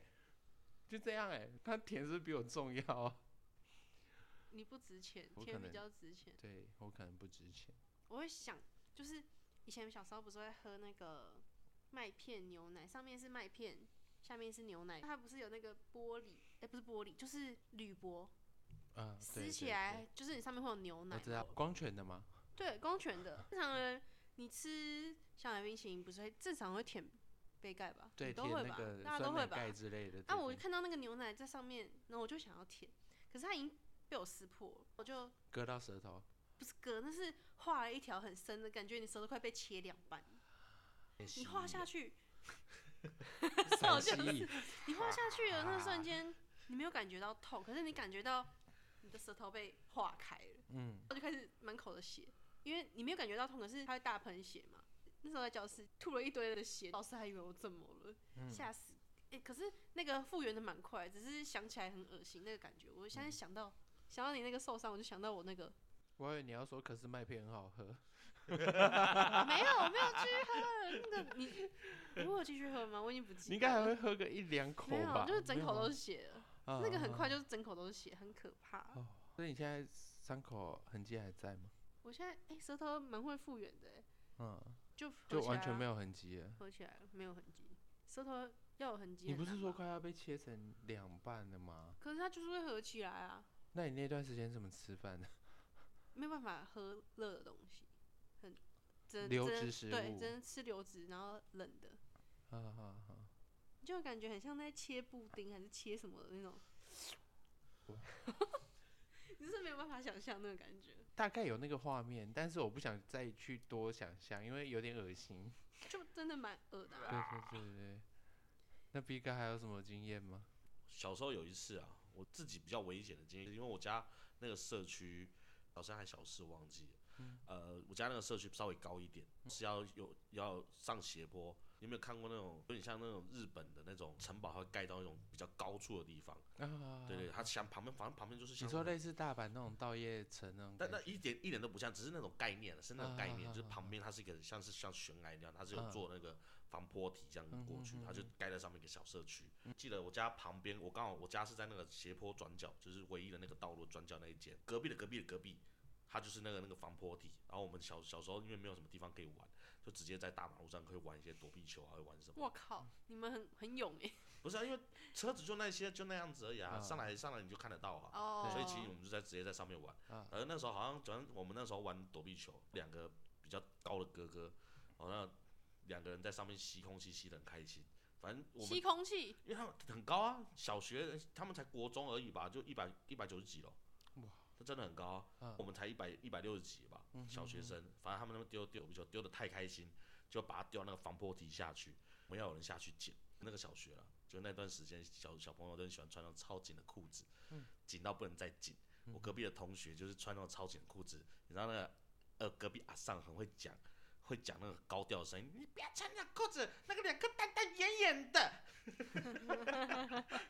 Speaker 3: 就这样哎、他甜是比我重要啊，
Speaker 1: 你不值钱
Speaker 3: 我，可
Speaker 1: 天比
Speaker 3: 能
Speaker 1: 较值钱。
Speaker 3: 对我可能不值钱，
Speaker 1: 我会想，就是以前小时候不是会喝那个麦片牛奶，上面是麦片，下面是牛奶，它不是有那个玻璃，哎、不是玻璃，就是铝箔，
Speaker 3: 嗯，对
Speaker 1: 撕
Speaker 3: 对
Speaker 1: 起
Speaker 3: 对
Speaker 1: 来就是你上面会有牛奶
Speaker 3: 我
Speaker 1: 嘛。
Speaker 3: 知道光泉的吗？
Speaker 1: 对，公权的。正常人，你吃小奶冰淇淋不是会正常会舔杯盖吧？
Speaker 3: 对，
Speaker 1: 你都
Speaker 3: 贴
Speaker 1: 会
Speaker 3: 那
Speaker 1: 吧
Speaker 3: 个，
Speaker 1: 大家都
Speaker 3: 酸
Speaker 1: 会
Speaker 3: 奶
Speaker 1: 吧。
Speaker 3: 盖之类的。
Speaker 1: 啊，
Speaker 3: 对
Speaker 1: 我
Speaker 3: 对
Speaker 1: 就看到那个牛奶在上面，然后我就想要舔，可是它已经被我撕破了，我就
Speaker 3: 割到 舌头，
Speaker 1: 不是割，那是画了一条很深的感觉，你手都快被切两半。你画下 去，
Speaker 3: 陕
Speaker 1: 就
Speaker 3: 西
Speaker 1: 你画下去的那瞬间，你没有感觉到痛，可是你感觉到你的舌头被划开了，
Speaker 3: 嗯，
Speaker 1: 我就开始满口的血，因为你没有感觉到痛，可是它会大喷血嘛。那时候在教室吐了一堆的血，老师还以为我怎么了，
Speaker 3: 嗯
Speaker 1: 吓死！哎、可是那个复原的蛮快，只是想起来很恶心那个感觉。我现在
Speaker 3: 嗯
Speaker 1: 想到、想到你那个受伤，我就想到我那 个
Speaker 3: 我以为你要说，可是麦片很好喝，
Speaker 1: 没有，我没有继续喝了。那个你， 我有继续喝吗？我已经不记得了。
Speaker 3: 你应该还会喝个一两口
Speaker 1: 没有，
Speaker 3: 吧？
Speaker 1: 就是整口都
Speaker 3: 吗
Speaker 1: 是血了。
Speaker 3: 啊
Speaker 1: 那个很
Speaker 3: 啊
Speaker 1: 快
Speaker 3: 啊
Speaker 1: 就是整口都是血，很可怕。
Speaker 3: 哦所以你现在伤口痕迹还在吗？
Speaker 1: 我现在哎、舌头蛮会复原的、欸，
Speaker 3: 嗯，
Speaker 1: 就
Speaker 3: 就完全没
Speaker 1: 有
Speaker 3: 有痕迹了。
Speaker 1: 合起来了，没有痕迹。舌头要有痕迹，
Speaker 3: 你不是说？快要被切成两半了吗？
Speaker 1: 可是它就是会合起来啊，
Speaker 3: 那你那段时间怎么吃 饭的？
Speaker 1: 没有办法喝热的东西，很只能
Speaker 3: 流
Speaker 1: 只能
Speaker 3: 质食
Speaker 1: 对，
Speaker 3: 物
Speaker 1: 只能吃流质，然后冷的，
Speaker 3: 啊啊啊！
Speaker 1: 你就感觉很像在切布丁还是切什么的那种
Speaker 3: 哇。
Speaker 1: 你是没有办法想象那个感觉，
Speaker 3: 大概有那个画面，但是我不想再去多想象，因为有点恶心。
Speaker 1: 就真的蛮恶的、
Speaker 3: 对
Speaker 1: 啊。
Speaker 3: 对对对对。那 B 哥还有什么经验吗？
Speaker 2: 小时候有一次啊，我自己比较危险的经验，因为我家那个社区，小三还小四忘记了，
Speaker 3: 嗯
Speaker 2: 呃，我家那个社区稍微高一点，是要有要上斜坡。你有没有看过那种有点像那种日本的那种城堡，它会盖到那种比较高处的地方？
Speaker 3: 啊，
Speaker 2: 对对，它像旁边，反正旁边就是像
Speaker 3: 你
Speaker 2: 那
Speaker 3: 说
Speaker 2: 种
Speaker 3: 类似大阪那种稻叶城那种
Speaker 2: 但
Speaker 3: 感
Speaker 2: 那
Speaker 3: 觉，
Speaker 2: 一点一点都不像，只是那种概念了，是那种概念，
Speaker 3: 啊
Speaker 2: 就是旁边它是一个像是像悬崖一样，它是
Speaker 3: 啊
Speaker 2: 有做那个防坡堤这
Speaker 3: 嗯
Speaker 2: 样过去，它就盖在上面一个小社区。记得我家旁边，我刚好我家是在那个斜坡转角，就是唯一的那个道路转角那一间，隔壁的隔壁的隔壁，它就是那个那个防坡堤。然后我们小小时候因为没有什么地方可以玩，就直接在大马路上可以玩一些躲避球啊，会玩什么。
Speaker 1: 我靠，你们很很勇哎、
Speaker 2: 不是啊，因为车子就那些，就那样子而已啊，
Speaker 3: 啊
Speaker 2: 上来上来你就看得到啊。
Speaker 1: 哦，
Speaker 2: 所以其实我们就在直接在上面玩。
Speaker 3: 啊
Speaker 2: 而那时候好像，反正我们那时候玩躲避球，两个比较高的哥哥，好像两个人在上面吸空气吸得很开心。反正我们
Speaker 1: 吸空气，
Speaker 2: 因为他们很高啊，小学他们才国中而已吧，就一百一百九十几咯。
Speaker 3: 哇，
Speaker 2: 这真的很高啊、
Speaker 3: 啊
Speaker 2: 我们才一百一百六十几吧，小学生。反正他们那边丢丢躲避球丢的太开心，就把它丢到那个防坡堤下去，我们要有人下去捡。那个小学啊，就那段时间，小小朋友都很喜欢穿那种超紧的裤子，紧到不能再紧。我隔壁的同学就是穿那种超紧的裤子，你知道那个呃隔壁阿尚很会讲，会讲那个高调的声音，你不要穿那裤子，那个两颗蛋蛋圆圆的，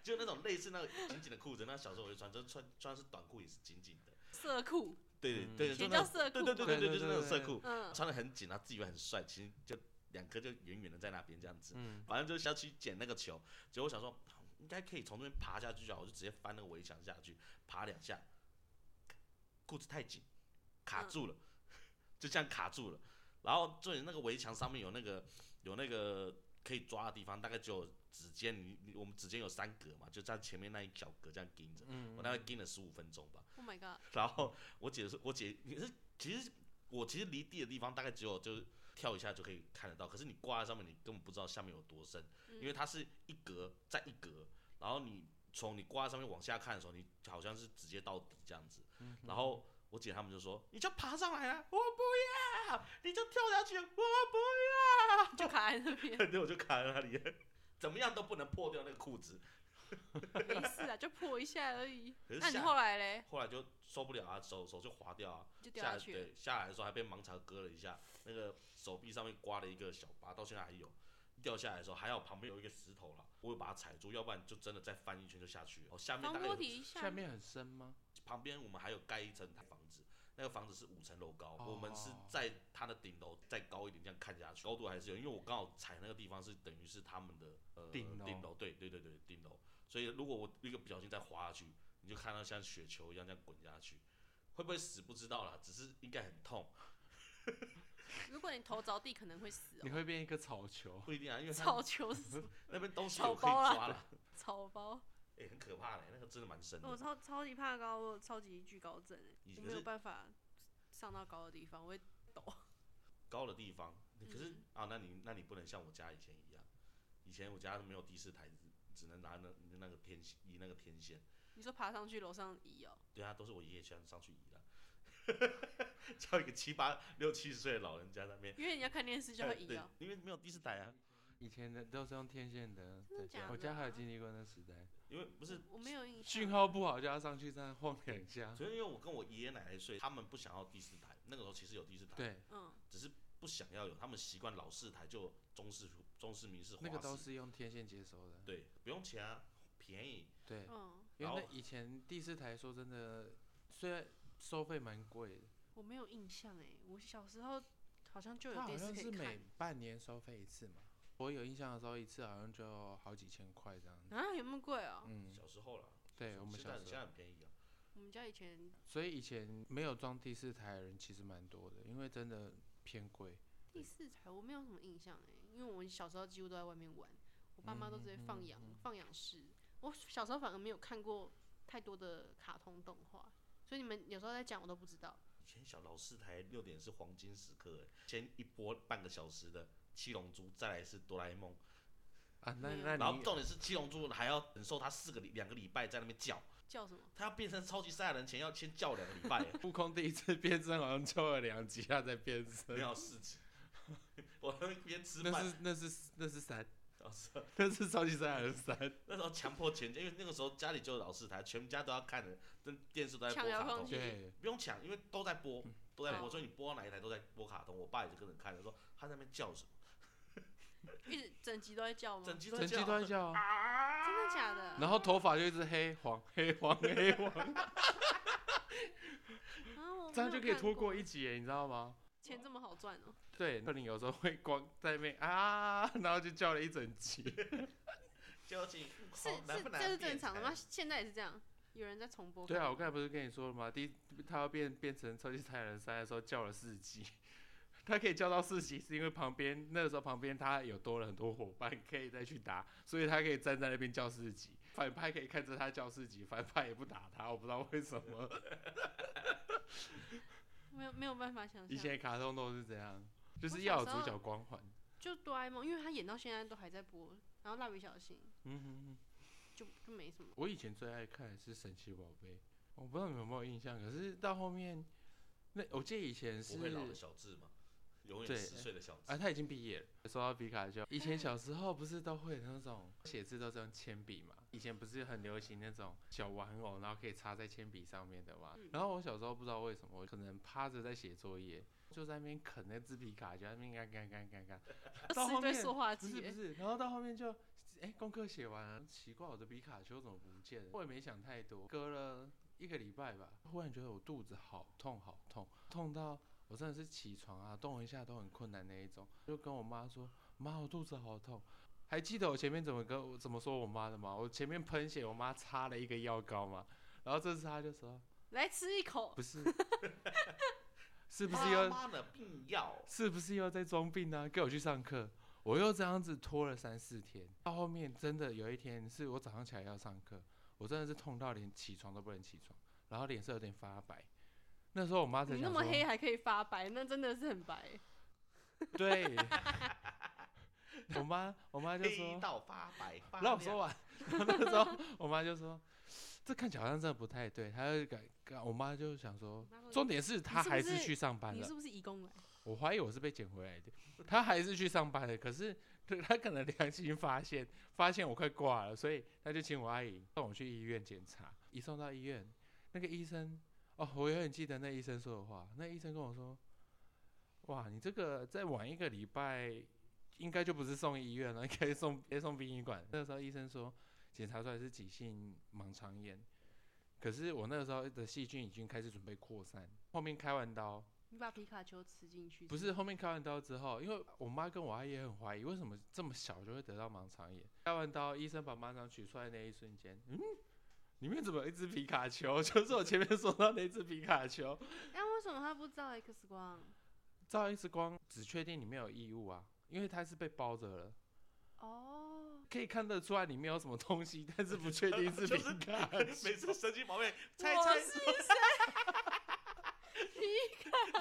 Speaker 2: 就那种类似那个紧紧的裤子，那小时候我就穿，就穿穿是短裤也是紧紧的，
Speaker 1: 色裤，
Speaker 2: 对
Speaker 3: 嗯
Speaker 2: 对对，
Speaker 1: 以前
Speaker 2: 就那
Speaker 1: 叫
Speaker 2: 种
Speaker 1: 色裤
Speaker 2: 对对对对
Speaker 3: 嘛
Speaker 2: 对，
Speaker 3: 对
Speaker 2: 就是那种
Speaker 3: 对
Speaker 2: 色
Speaker 3: 对
Speaker 2: 裤，
Speaker 1: 嗯，
Speaker 2: 穿的很紧，然啊后自以为很帅，其实就两颗就远远的在那边这样子，
Speaker 3: 嗯，
Speaker 2: 反正就是要去捡那个球，结果我想说应该可以从那边爬下去就好，我就直接翻那个围墙下去，爬两下，裤子太紧，卡
Speaker 1: 嗯
Speaker 2: 住了，就这样卡住了。然后重点那个围墙上面有那个有那个可以抓的地方，大概只有指尖，你你我们指尖有三格嘛，就在前面那一小格这样盯
Speaker 3: 嗯
Speaker 2: 着，我大概盯了十五分钟吧。
Speaker 1: Oh my god！
Speaker 2: 然后我姐是，我姐你是其实我其实离地的地方大概只有就是跳一下就可以看得到，可是你挂在上面，你根本不知道下面有多深，
Speaker 1: 嗯
Speaker 2: 因为它是一格再一格，然后你从你挂在上面往下看的时候，你好像是直接到底这样子。
Speaker 3: 嗯
Speaker 2: 然后我姐他们就说：“你就爬上来啊，我不要；你就跳下去，我不要。”
Speaker 1: 就卡在那边，
Speaker 2: 对，我就卡在那里，怎么样都不能破掉那个裤子。
Speaker 1: 没事啊，就破一下而已。
Speaker 2: 可是
Speaker 1: 那你
Speaker 2: 下
Speaker 1: 后来嘞，
Speaker 2: 后来就受不了啊，手手就滑掉啊，
Speaker 1: 就掉
Speaker 2: 下
Speaker 1: 下
Speaker 2: 来
Speaker 1: 去了。
Speaker 2: 对下来的时候还被盲肠割了一下，那个手臂上面刮了一个小疤，到现在还有。掉下来的时候还好旁边有一个石头了，我会把它踩住，要不然就真的再翻一圈就下去了。哦，下面
Speaker 1: 防
Speaker 2: 大概
Speaker 1: 波
Speaker 2: 有
Speaker 1: 堤下
Speaker 3: 下面很深吗？
Speaker 2: 旁边我们还有盖一层房子，那个房子是五层楼高，
Speaker 3: 哦
Speaker 2: 我们是在它的顶楼再高一点，这样看下去，高度还是有，因为我刚好踩那个地方是等于是他们的呃
Speaker 3: 顶楼
Speaker 2: 顶楼，对对对对顶楼，所以如果我一个不小心再滑下去，你就看到像雪球一样这样滚下去，会不会死不知道啦，只是应该很痛，
Speaker 1: 如果你头着地，可能会死
Speaker 3: 你
Speaker 1: 哦。
Speaker 3: 会变一个草球，
Speaker 2: 不一定啊，因为 它
Speaker 1: 草球是 什么
Speaker 2: 那边东西
Speaker 1: 草
Speaker 2: 有可以
Speaker 1: 包啦
Speaker 2: 抓了，
Speaker 1: 草包，
Speaker 2: 哎、很可怕的、那个真的蛮深
Speaker 1: 我
Speaker 2: 的，
Speaker 1: 超超级怕高，我有超级惧高症欸
Speaker 2: 你
Speaker 1: 我
Speaker 2: 可
Speaker 1: 没有
Speaker 2: 是
Speaker 1: 办法上到高的地方，我会
Speaker 2: 高的地方，可是、
Speaker 1: 嗯
Speaker 2: 啊，那你那你不能像我家以前一样，以前我家是没有第四台，只只能拿那那个天线移那个天线，
Speaker 1: 你说爬上去楼上移哦，
Speaker 2: 对啊，都是我爷爷喜欢上去移的， 叫一个七八六七十岁的老人家在那边，
Speaker 1: 因为你要看电视就会
Speaker 3: 哎
Speaker 1: 移
Speaker 2: 对
Speaker 1: 哦。，
Speaker 2: 因为没有第四台啊，
Speaker 3: 以前的都是用天线的，
Speaker 1: 真的
Speaker 3: 对
Speaker 1: 假
Speaker 3: 我家
Speaker 1: 的
Speaker 3: 还有
Speaker 1: 啊
Speaker 3: 经历过那时代，
Speaker 2: 因为不是，
Speaker 1: 我没有印
Speaker 3: 讯
Speaker 1: 象。
Speaker 3: 号不好就要上去这样晃两下，
Speaker 2: 主要因为我跟我爷爷奶奶睡，他们不想要第四台，那个时候其实有第四台，，
Speaker 3: 对，
Speaker 1: 嗯，
Speaker 2: 只是不想要有，他们习惯老式台，就中式中式民式华式，
Speaker 3: 那个都是用天线接收的，
Speaker 2: 对，不用钱啊，便宜，
Speaker 3: 对，
Speaker 1: 嗯，
Speaker 3: 因
Speaker 2: 然
Speaker 3: 为
Speaker 2: 后
Speaker 3: 那以前第四台说真的，虽然收费蛮贵的，
Speaker 1: 我没有印象哎，我小时候好像就
Speaker 3: 它
Speaker 1: 有
Speaker 3: 好
Speaker 1: 电视
Speaker 3: 像
Speaker 1: 可
Speaker 3: 是
Speaker 1: 以
Speaker 3: 每
Speaker 1: 看。
Speaker 3: 半年收费一次嘛。我有印象的时候，一次好像就好几千块这样子。
Speaker 1: 啊，有那么贵哦？
Speaker 3: 嗯，
Speaker 2: 小时候啦，
Speaker 3: 对我们
Speaker 2: 现在
Speaker 3: 小
Speaker 2: 现
Speaker 3: 时
Speaker 2: 在
Speaker 3: 候，
Speaker 2: 很便宜啊，
Speaker 1: 我们家以前
Speaker 3: 所以以前没有装第四台的人其实蛮多的，因为真的偏贵。
Speaker 1: 第四台我没有什么印象哎，因为我小时候几乎都在外面玩，我爸妈都直接
Speaker 2: 嗯
Speaker 1: 放养、放养式。我小时候反而没有看过太多的卡通动画，所以你们有时候在讲我都不知道。
Speaker 2: 以前小老四台六点是黄金时刻、欸，先一波半个小时的《七龙珠》，再来是《哆啦 A 梦
Speaker 3: 啊，那
Speaker 1: 嗯
Speaker 3: 那》，
Speaker 2: 然后
Speaker 3: 你
Speaker 2: 重点是《七龙珠》还要忍受他四个礼两个礼拜在那边叫，
Speaker 1: 叫什么？
Speaker 2: 他要变成超级赛亚人前要先叫两个礼拜、 欸，
Speaker 3: 悟空第一次变身好像抽了两集，他才变
Speaker 2: 没
Speaker 3: 身。
Speaker 2: 有四级。 我在那边吃
Speaker 3: 那
Speaker 2: 饭，
Speaker 3: 是那是那是三，
Speaker 2: 老师
Speaker 3: 那是超级赛亚人三。
Speaker 2: 那时候强迫全家，因为那个时候家里就有老四台，全家都要看的，跟电视都在
Speaker 1: 抢
Speaker 2: 播
Speaker 1: 遥
Speaker 2: 卡
Speaker 1: 控
Speaker 2: 通
Speaker 1: 器。
Speaker 3: 对，
Speaker 2: 不用抢，因为都在播，都在播，
Speaker 1: 嗯
Speaker 2: 所以你播到哪一台都在播卡通。我爸也是跟着看，他说他在那边叫什么，
Speaker 1: 一直整集都在叫吗？
Speaker 2: 整集都在
Speaker 3: 整
Speaker 2: 叫啊，
Speaker 3: 集都在叫啊。
Speaker 1: 真的假的？
Speaker 3: 然后头发就一直黑黄 黑黄黑黄，
Speaker 1: 啊，我
Speaker 3: 这样
Speaker 1: 没
Speaker 3: 就
Speaker 1: 有
Speaker 3: 可以
Speaker 1: 看
Speaker 3: 拖过一集耶，你知道吗？
Speaker 1: 钱这么好赚哦、
Speaker 3: 对，克林有时候会光在那边啊，然后就叫了一整集。
Speaker 2: 究竟
Speaker 1: 是
Speaker 2: 难
Speaker 1: 是这
Speaker 2: 不难
Speaker 1: 是
Speaker 2: 变
Speaker 1: 正常的
Speaker 2: 才
Speaker 1: 吗？现在也是这样，有人在重播。
Speaker 3: 对啊，我刚才不是跟你说了吗？第一他要变变成超级赛亚人三的时候叫了四集，他可以叫到四集，是因为旁边那个时候旁边他有多了很多伙伴可以再去打，所以他可以站在那边叫四集。反派可以看着他叫四集，反派也不打他，我不知道为什么。
Speaker 1: 没有没有办法想
Speaker 3: 以
Speaker 1: 象，
Speaker 3: 前卡通都是这样，就
Speaker 1: 我小
Speaker 3: 是要有
Speaker 1: 时
Speaker 3: 主
Speaker 1: 候
Speaker 3: 角光环。
Speaker 1: 就哆啦 A 梦，因为他演到现在都还在播，然后蜡笔小新
Speaker 3: 嗯哼哼。
Speaker 1: 就就没什么。
Speaker 3: 我以前最爱看的是神奇宝贝，我不知道你们有没有印象，可是到后面，那我记得以前是
Speaker 2: 不会老的小智嘛，永远
Speaker 3: 对
Speaker 2: 十岁的小智
Speaker 3: 啊，。他已经毕业了。说到皮卡丘，以前小时候不是都会有那种写字都是用铅笔嘛？以前不是很流行那种小玩偶，然后可以插在铅笔上面的嘛？
Speaker 1: 嗯
Speaker 3: 然后我小时候不知道为什么，我可能趴着在写作业，就在那边啃那只皮卡丘，在那边干干干干干，到
Speaker 1: 是
Speaker 3: 后
Speaker 1: 一堆
Speaker 3: 面
Speaker 1: 塑化
Speaker 3: 不是
Speaker 1: 剂
Speaker 3: 不
Speaker 1: 欸，
Speaker 3: 是，然后到后面就，哎、功课写完了，奇怪，我的皮卡丘怎么不见了？我也没想太多，隔了一个礼拜吧，忽然觉得我肚子好痛好痛，痛到我真的是起床啊，动一下都很困难那一种，就跟我妈说，妈，我肚子好痛。还记得我前面怎么跟我怎么说我妈的吗？我前面喷血，我妈擦了一个药膏嘛，然后这次她就说
Speaker 1: 来吃一口。
Speaker 3: 不是， 是不是又
Speaker 2: 啊妈妈的病药？
Speaker 3: 是不是又在装病呢、跟我去上课，我又这样子拖了三四天，到后面真的有一天是我早上起来要上课，我真的是痛到连起床都不能起床，然后脸色有点发白。那时候我妈才
Speaker 1: 你
Speaker 3: 想
Speaker 1: 那么
Speaker 3: 说
Speaker 1: 黑，啊还可以发白，那真的是很白欸。
Speaker 3: 对， 我妈我妈就
Speaker 2: 黑
Speaker 3: 说，
Speaker 2: 到发白，发
Speaker 3: 让我说
Speaker 2: 亮
Speaker 3: 完。然后那时候我妈就说，这看起来好像真的不太对，她就感感，我妈就想说，重点是她
Speaker 1: 是不
Speaker 3: 还是
Speaker 1: 是
Speaker 3: 去上班
Speaker 1: 你
Speaker 3: 了
Speaker 1: 是。不是移工来？
Speaker 3: 我怀疑我是被捡回来的，他还是去上班了，可是对他可能良心发现，发现我快挂了，所以他就请我阿姨送我去医院检查。一送到医院，那个医生，哦，我永远记得那医生说的话。那医生跟我说：“哇，你这个再晚一个礼拜，应该就不是送医院了，应该送直接送殡仪馆。”那个时候医生说，检查出来是急性盲肠炎，可是我那个时候的细菌已经开始准备扩散。后面开完刀，
Speaker 1: 你把皮卡丘吃进去，
Speaker 3: 不是后面开完刀之后，因为我妈跟我阿姨也很怀疑，为什么这么小就会得到盲肠炎？开完刀，医生把盲肠取出来那一瞬间，嗯，里面怎么有一只皮卡丘？ 就是我前面说到那只皮卡丘。
Speaker 1: 那为什么他不照 X 光？
Speaker 3: 照 X 光只确定里面有异物啊，因为它是被包着了，
Speaker 1: 哦，
Speaker 3: 可以看得出来里面有什么东西，但是不确定是
Speaker 2: 就
Speaker 3: 皮
Speaker 2: 是
Speaker 3: 卡丘
Speaker 2: 每。次神奇宝贝猜
Speaker 1: 我
Speaker 2: 猜
Speaker 1: 是 谁？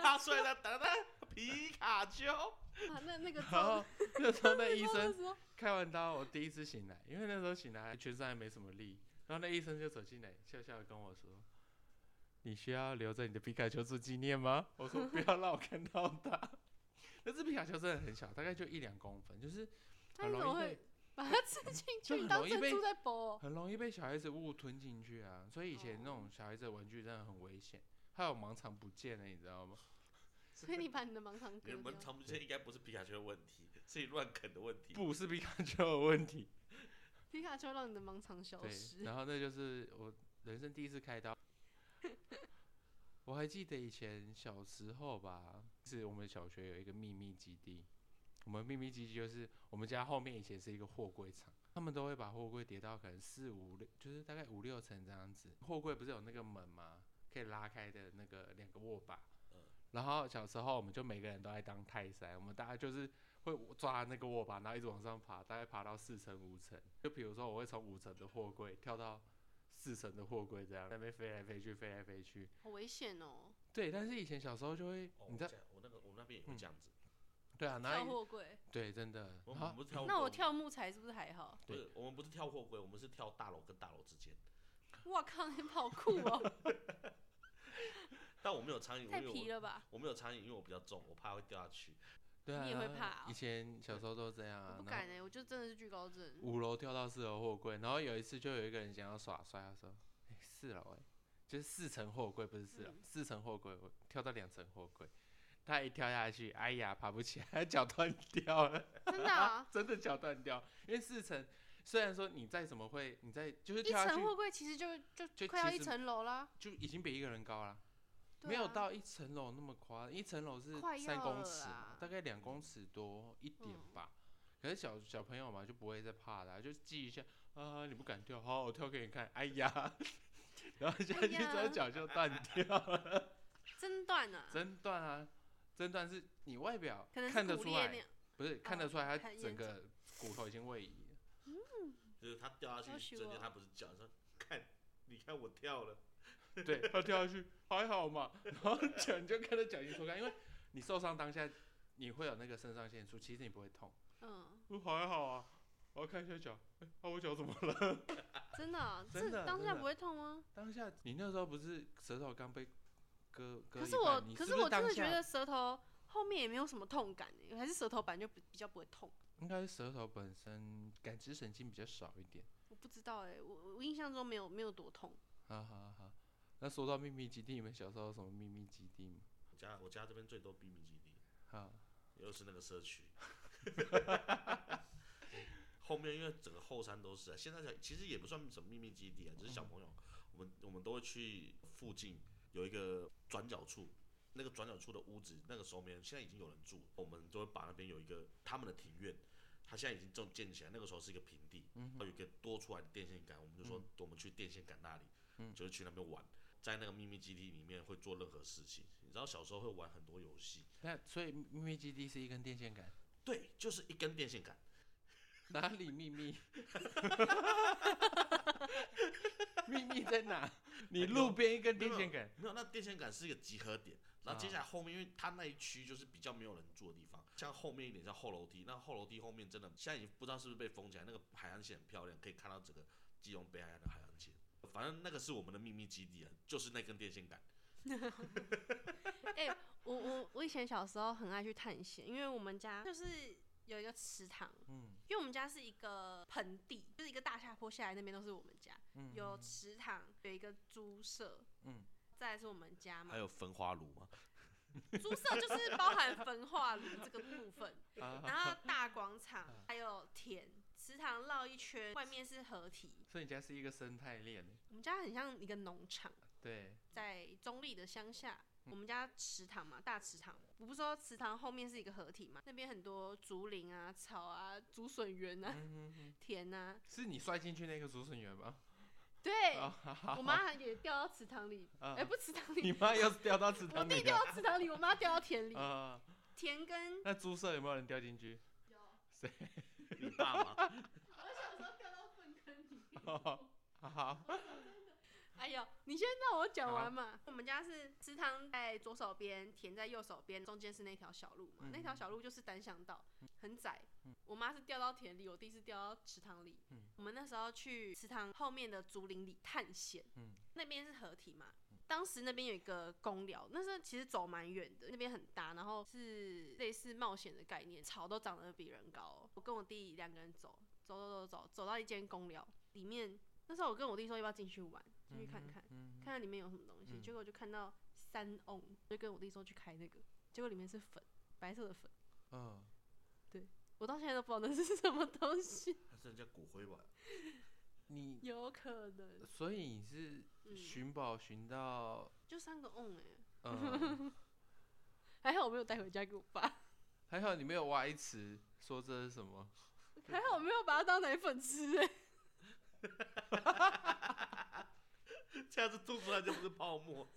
Speaker 2: 拉出来的，哒哒哒，皮卡丘。
Speaker 1: 啊那那个
Speaker 3: 然后
Speaker 1: 照
Speaker 3: 那时候那医
Speaker 1: 照
Speaker 3: 生
Speaker 1: 的时候
Speaker 3: 开完刀，我第一次醒来，因为那时候醒来全身还没什么力，然后那医生就走进来，笑笑地跟我说：“你需要留着你的皮卡丘做纪念吗？”我说：“不要让我看到它。”那只皮卡丘真的很小，大概就一两公分，就是
Speaker 1: 那
Speaker 3: 很
Speaker 1: 你怎么
Speaker 3: 容易
Speaker 1: 会
Speaker 3: 被
Speaker 1: 把它吃进
Speaker 3: 就
Speaker 1: 去
Speaker 3: 很
Speaker 1: 当
Speaker 3: 容易
Speaker 1: 珍
Speaker 3: 被
Speaker 1: 珠在 剥？
Speaker 3: 很容易被小孩子误吞进去啊。所以以前那
Speaker 1: 哦
Speaker 3: 种小孩子的玩具真的很危险，还有盲肠不见了，你知道吗？
Speaker 1: 所以你把你的盲肠
Speaker 2: 你
Speaker 1: 割
Speaker 2: 们
Speaker 1: 掉。
Speaker 2: 常不见应该不是皮卡丘的问题，是你乱啃的问题。
Speaker 3: 不是皮卡丘的问题，
Speaker 1: 皮卡丘让你的盲肠消
Speaker 3: 对，
Speaker 1: 失。
Speaker 3: 然后那就是我人生第一次开刀。我还记得以前小时候吧，是我们小学有一个秘密基地。我们秘密基地就是我们家后面以前是一个货柜厂，他们都会把货柜叠到可能四五六，就是大概五六层这样子。货柜不是有那个门吗？可以拉开的那个两个握把。
Speaker 2: 嗯
Speaker 3: 然后小时候我们就每个人都爱当泰山，我们大家就是会抓那个握把，然后一直往上爬，大概爬到四层五层。就比如说，我会从五层的货柜跳到四层的货柜，这样在那边飞来飞去，飞来飞去。
Speaker 1: 好危险哦！
Speaker 3: 对，但是以前小时候就会，
Speaker 2: 哦，我
Speaker 3: 你嗯知
Speaker 2: 这
Speaker 3: 道，
Speaker 2: 样，我那个我那边也会这样子。
Speaker 3: 对啊，然
Speaker 1: 跳
Speaker 3: 后
Speaker 1: 货柜，
Speaker 3: 一对，真的，
Speaker 2: 我
Speaker 3: 然
Speaker 2: 们
Speaker 3: 后
Speaker 2: 不是跳，
Speaker 1: 那我，跳木材是不是还好？
Speaker 2: 不是我们不是跳货柜，我们是跳大楼跟大楼之间。
Speaker 1: 哇靠，你好酷 哦！
Speaker 2: 但我没有苍蝇，
Speaker 1: 太
Speaker 2: 因
Speaker 1: 皮
Speaker 2: 为我
Speaker 1: 了吧？
Speaker 2: 我没有苍蝇，因为我比较重，我怕会掉下去。
Speaker 3: 对啊，
Speaker 1: 你也会
Speaker 3: 然后
Speaker 1: 怕哦
Speaker 3: 以前小时候都这样
Speaker 1: 我
Speaker 3: 啊
Speaker 1: 不，
Speaker 3: 然后
Speaker 1: 敢哎，我就真的是惧高症。
Speaker 3: 五楼跳到四楼货柜，然后有一次就有一个人想要耍帅，他说：“哎、四楼哎、就是四层货柜，不是四楼，
Speaker 1: 嗯
Speaker 3: 四层货柜，我跳到两层货柜。”他一跳下去，哎呀，爬不起来， 脚断掉了。，
Speaker 1: 真的啊
Speaker 3: 真的脚断掉，因为四层虽然说你再怎么会，你再就是
Speaker 1: 一
Speaker 3: 跳下去
Speaker 1: 层货柜其实就就
Speaker 3: 就
Speaker 1: 快要
Speaker 3: 其
Speaker 1: 一
Speaker 3: 实
Speaker 1: 层楼啦，
Speaker 3: 就已经比一个人高了，
Speaker 1: 对
Speaker 3: 没有
Speaker 1: 啊
Speaker 3: 到一层楼那么夸张，一层楼是
Speaker 1: 快
Speaker 3: 三
Speaker 1: 要
Speaker 3: 公
Speaker 1: 了
Speaker 3: 尺嘛
Speaker 1: 啦，
Speaker 3: 大概两公尺多一点
Speaker 1: 嗯
Speaker 3: 吧。可是小小朋友嘛就不会再怕啦，就记一下啊，你不敢跳，好，我跳给你看，哎呀， 然后下
Speaker 1: 哎
Speaker 3: 去之后
Speaker 1: 呀
Speaker 3: 脚就断掉了，
Speaker 1: 真断啊，
Speaker 3: 真断啊，真断是你外表
Speaker 1: 可能
Speaker 3: 看
Speaker 1: 是
Speaker 3: 得
Speaker 1: 骨
Speaker 3: 出
Speaker 1: 裂那
Speaker 3: 来
Speaker 1: 样，。
Speaker 3: 不是看
Speaker 1: 哦
Speaker 3: 得出来它
Speaker 1: 看
Speaker 3: 整
Speaker 1: 眼睛
Speaker 3: 个骨头已经位移了。
Speaker 2: 就是它掉下
Speaker 1: 要
Speaker 2: 去，
Speaker 1: 许
Speaker 2: 中间
Speaker 1: 我
Speaker 2: 它不是脚，说看，你看我跳了，
Speaker 3: 对，他跳下去还好嘛，然后脚你就看到脚筋抽干，因为你受伤当下你会有那个肾上腺素，其实你不会痛。
Speaker 1: 嗯，
Speaker 3: 我还好啊，我要看一下脚，哎、啊我脚怎么了？
Speaker 1: 真的啊，
Speaker 3: 真的
Speaker 1: 这当
Speaker 3: 真
Speaker 1: 下
Speaker 3: 的
Speaker 1: 不会痛吗？
Speaker 3: 当下你那时候不是舌头刚被割割
Speaker 1: 可
Speaker 3: 一
Speaker 1: 是
Speaker 3: 半
Speaker 1: 我
Speaker 3: 你，
Speaker 1: 可
Speaker 3: 是不
Speaker 1: 我
Speaker 3: 当
Speaker 1: 真的
Speaker 3: 下
Speaker 1: 觉得舌头后面也没有什么痛感欸，还是舌头板就比比较不会痛。
Speaker 3: 应该是舌头本身感知神经比较少一点。
Speaker 1: 我不知道哎，我我印象中没有没有多痛。
Speaker 3: 好好好，那说到秘密基地，你们小时候有什么秘密基地吗？
Speaker 2: 我家我家这边最多秘密基地，
Speaker 3: 好，
Speaker 2: 又是那个社区。 后面因为整个后山都是啊，现在才其实也不算什么秘密基地啊，只是小朋友，
Speaker 3: 嗯
Speaker 2: 我们我们都会去附近有一个转角处，那个转角处的屋子，那个时候没人，现在已经有人住，我们就会把那边有一个他们的庭院，它现在已经种建起来，那个时候是一个平地，
Speaker 3: 嗯
Speaker 2: 有一个多出来的电线杆，我们就说我们去电线杆那里，
Speaker 3: 嗯
Speaker 2: 就是去那边玩，在那个秘密基地里面会做任何事情，你知道小时候会玩很多游戏，
Speaker 3: 那所以秘密基地是一根电线杆，
Speaker 2: 对，就是一根电线杆。
Speaker 3: 哪里秘密？秘密在哪？ 你路边一根电线杆，
Speaker 2: 没有，那电线杆是一个集合点，然后接下来后面，因为它那一区就是比较没有人住的地方，像后面一点像后楼梯，那后楼梯后面真的现在已经不知道是不是被封起来，那个海岸线很漂亮，可以看到整个基隆北海岸的海岸线。反正那个是我们的秘密基地啊，就是那根电线杆。
Speaker 1: 哎、我我我以前小时候很爱去探险，因为我们家就是有一个池塘，
Speaker 3: 嗯
Speaker 1: 因为我们家是一个盆地，就是一个大下坡下来，那边都是我们家，
Speaker 3: 嗯，
Speaker 1: 有
Speaker 3: 嗯
Speaker 1: 池塘，有一个猪舍，
Speaker 3: 嗯
Speaker 1: 再来是我们家嘛
Speaker 2: 还，有焚化炉吗？
Speaker 1: 猪舍就是包含焚化炉这个部分，
Speaker 3: 啊
Speaker 1: 然后大广场
Speaker 3: 啊
Speaker 1: 还有田，池塘绕一圈，外面是河堤，
Speaker 3: 所以你家是一个生态链，
Speaker 1: 我们家很像一个农场。
Speaker 3: 对，
Speaker 1: 在中立的乡下，
Speaker 3: 嗯
Speaker 1: 我们家池塘嘛，大池塘。我不是说池塘后面是一个河体嘛，那边很多竹林啊、草啊、竹笋园啊、
Speaker 3: 嗯哼哼
Speaker 1: 田啊。
Speaker 3: 是你摔进去那个竹笋园吗？
Speaker 1: 对，
Speaker 3: 啊哈哈
Speaker 1: 我妈也掉到池塘里，
Speaker 3: 啊
Speaker 1: 哎、不池塘里，
Speaker 3: 你妈又是掉到池
Speaker 1: 我
Speaker 3: 塘
Speaker 1: 弟
Speaker 3: 里
Speaker 1: 掉
Speaker 3: 了
Speaker 1: 到池塘里，我妈掉到田里。
Speaker 3: 啊？
Speaker 1: 田跟
Speaker 3: 那猪舍有没有人掉 进去？
Speaker 2: 你爸吗？
Speaker 1: 我小时候掉到粪坑里。
Speaker 3: 哦好，
Speaker 1: 哎呦，你先让我讲完嘛。我们家是池塘在左手边，田在右手边，中间是那条小路嘛。
Speaker 3: 嗯
Speaker 1: 那条小路就是单向道，很窄。我妈是掉到田里，我弟是掉到池塘里。
Speaker 3: 嗯
Speaker 1: 我们那时候去池塘后面的竹林里探险，
Speaker 3: 嗯
Speaker 1: 那边是河堤嘛。当时那边有一个公寮，那时候其实走蛮远的，那边很大，然后是类似冒险的概念，草都长得比人高哦、我跟我弟两个人走，走走走走，走到一间公寮里面，那时候我跟我弟说要不要进去玩，进去看看。
Speaker 3: 嗯
Speaker 1: 看看里面有什么东西，
Speaker 3: 嗯
Speaker 1: 结果就看到三瓮，就跟我弟说去开那个，结果里面是粉，白色的粉，
Speaker 3: 嗯，
Speaker 1: 我到现在都不知道那是什么东西，
Speaker 2: 还是人家骨灰吧？
Speaker 3: 你
Speaker 1: 有可能，
Speaker 3: 所以你是
Speaker 1: 嗯，
Speaker 3: 寻宝寻到
Speaker 1: 就三个瓮哎、
Speaker 3: 嗯，
Speaker 1: 还好我没有带回家给我爸，
Speaker 3: 还好你没有歪词，说这是什么？
Speaker 1: 还好我没有把它当奶粉吃哎、
Speaker 2: 这样子吐出来就不是泡沫。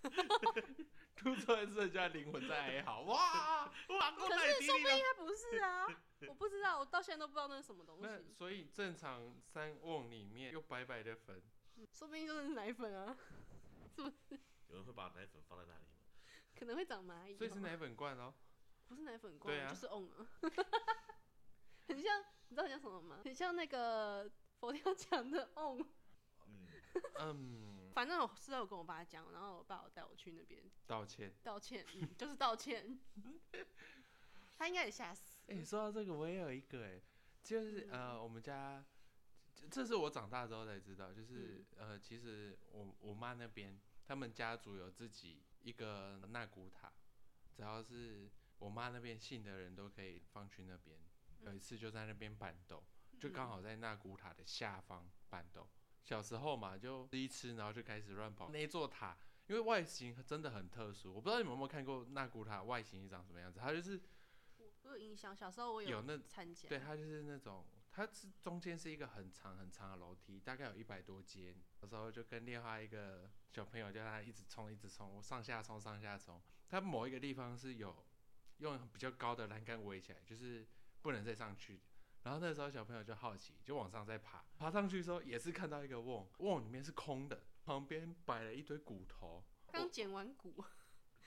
Speaker 3: 吐出来是人家灵魂在哀嚎哇！
Speaker 2: 哇，
Speaker 1: 可是说不定它不是 啊，我不知道，我到现在都不知道那是什么东
Speaker 3: 那
Speaker 1: 西，
Speaker 3: 所以正常三瓮里面有白白的粉，
Speaker 1: 说不定就是奶粉啊，
Speaker 2: 有人会把奶粉放在那里吗？
Speaker 1: 可能会长蚂蚁哦，
Speaker 3: 所以是奶粉罐哦。
Speaker 1: 不是奶粉罐，
Speaker 3: 对啊
Speaker 1: 就是瓮啊， 很像，你知道很像什么吗？很像那个佛跳墙的瓮。
Speaker 2: 嗯，
Speaker 3: 嗯，
Speaker 1: 反正我事后跟我爸讲，然后我爸有带我去那边
Speaker 3: 道歉。
Speaker 1: 道歉， 嗯，就是道歉。他应该也吓死。
Speaker 3: 哎、说到这个，我也有一个哎、就是呃，我们家，这这是我长大之后才知道，就是、呃，其实我我妈那边，他们家族有自己一个纳古塔，只要是我妈那边信的人都可以放去那边。有一次就在那边板豆，就刚好在纳古塔的下方板豆。小时候嘛，就吃一吃，然后就开始乱跑。那一座塔，因为外形真的很特殊，我不知道你们有没有看过纳古塔外形长什么样子，它就是
Speaker 1: 我我有印象，小时候我
Speaker 3: 有那
Speaker 1: 参加。
Speaker 3: 对，它就是那种，它是中间是一个很长很长的楼梯，大概有一百多阶。有时候就跟另外一个小朋友叫他一直冲，一直冲，我上下冲，上下冲。它某一个地方是有用比较高的栏杆围起来，就是不能再上去。然后那时候小朋友就好奇，就往上再爬，爬上去的时候也是看到一个瓮，瓮里面是空的，旁边摆了一堆骨头。
Speaker 1: 刚捡完骨，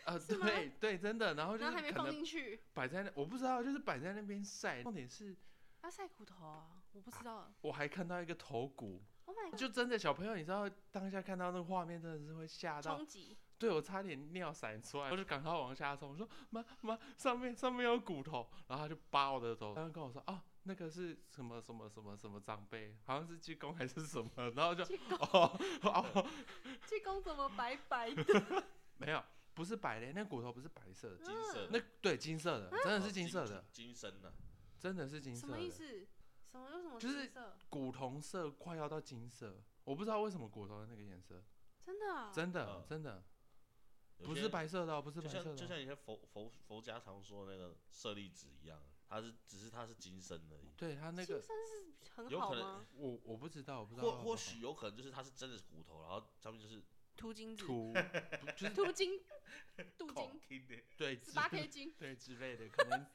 Speaker 3: 呃，
Speaker 1: 是吗
Speaker 3: 对对，真的。然后就
Speaker 1: 然
Speaker 3: 是
Speaker 1: 后还没
Speaker 3: 可
Speaker 1: 放
Speaker 3: 能
Speaker 1: 进去，
Speaker 3: 摆在那，我不知道，就是摆在那边晒。重点是
Speaker 1: 他晒骨头啊，我不知道。
Speaker 3: 我还看到一个头骨，
Speaker 1: Oh my god！
Speaker 3: 就真的小朋友，你知道当下看到那个画面，真的是会吓到
Speaker 1: 冲，击，
Speaker 3: 对我差点尿闪出来，我就赶快往下冲，我说妈妈，上面上面有骨头，然后他就扒我的头，然后跟我说啊，那个是什么什么什么什么长辈，好像是济公还是什么，然后就
Speaker 1: 济公
Speaker 3: 哦哦，
Speaker 1: 济公怎么白白的？
Speaker 3: 没有，不是白的，那骨头不是白色的，
Speaker 2: 金色
Speaker 3: 嗯
Speaker 2: 哦
Speaker 3: 那对金色
Speaker 1: 啊
Speaker 3: 的，真的是金色的，
Speaker 2: 金身呢？
Speaker 3: 真的是金色
Speaker 1: 哦什么意
Speaker 3: 的，
Speaker 1: 思？什么有什么
Speaker 3: 就是
Speaker 1: 金色？
Speaker 3: 古铜色快要到金色，我不知道为什么骨头的那个颜色，
Speaker 1: 真的啊？
Speaker 3: 真的
Speaker 2: 嗯
Speaker 3: 真的。
Speaker 2: 有
Speaker 3: 不
Speaker 2: 些
Speaker 3: 是，白色的哦、不是
Speaker 2: 就
Speaker 3: 白色的
Speaker 2: 像
Speaker 3: 哦、
Speaker 2: 就像以前佛佛佛家常说的那个舍利子一样，它是只是它是金身而已。
Speaker 3: 对他那
Speaker 1: 金
Speaker 3: 个，
Speaker 1: 身是很
Speaker 2: 有
Speaker 1: 好
Speaker 2: 可能
Speaker 1: 吗？
Speaker 3: 我我不知道，我不知道好啊
Speaker 2: 或
Speaker 3: 不好。
Speaker 2: 或许有可能就是它是真的是骨头，然后上面就是
Speaker 1: 涂金 子，
Speaker 3: 土不就是
Speaker 1: 涂 金，镀金，
Speaker 2: 听的，
Speaker 3: 对
Speaker 1: 十
Speaker 3: 之
Speaker 1: 八 K 金，
Speaker 3: 对之类的，可能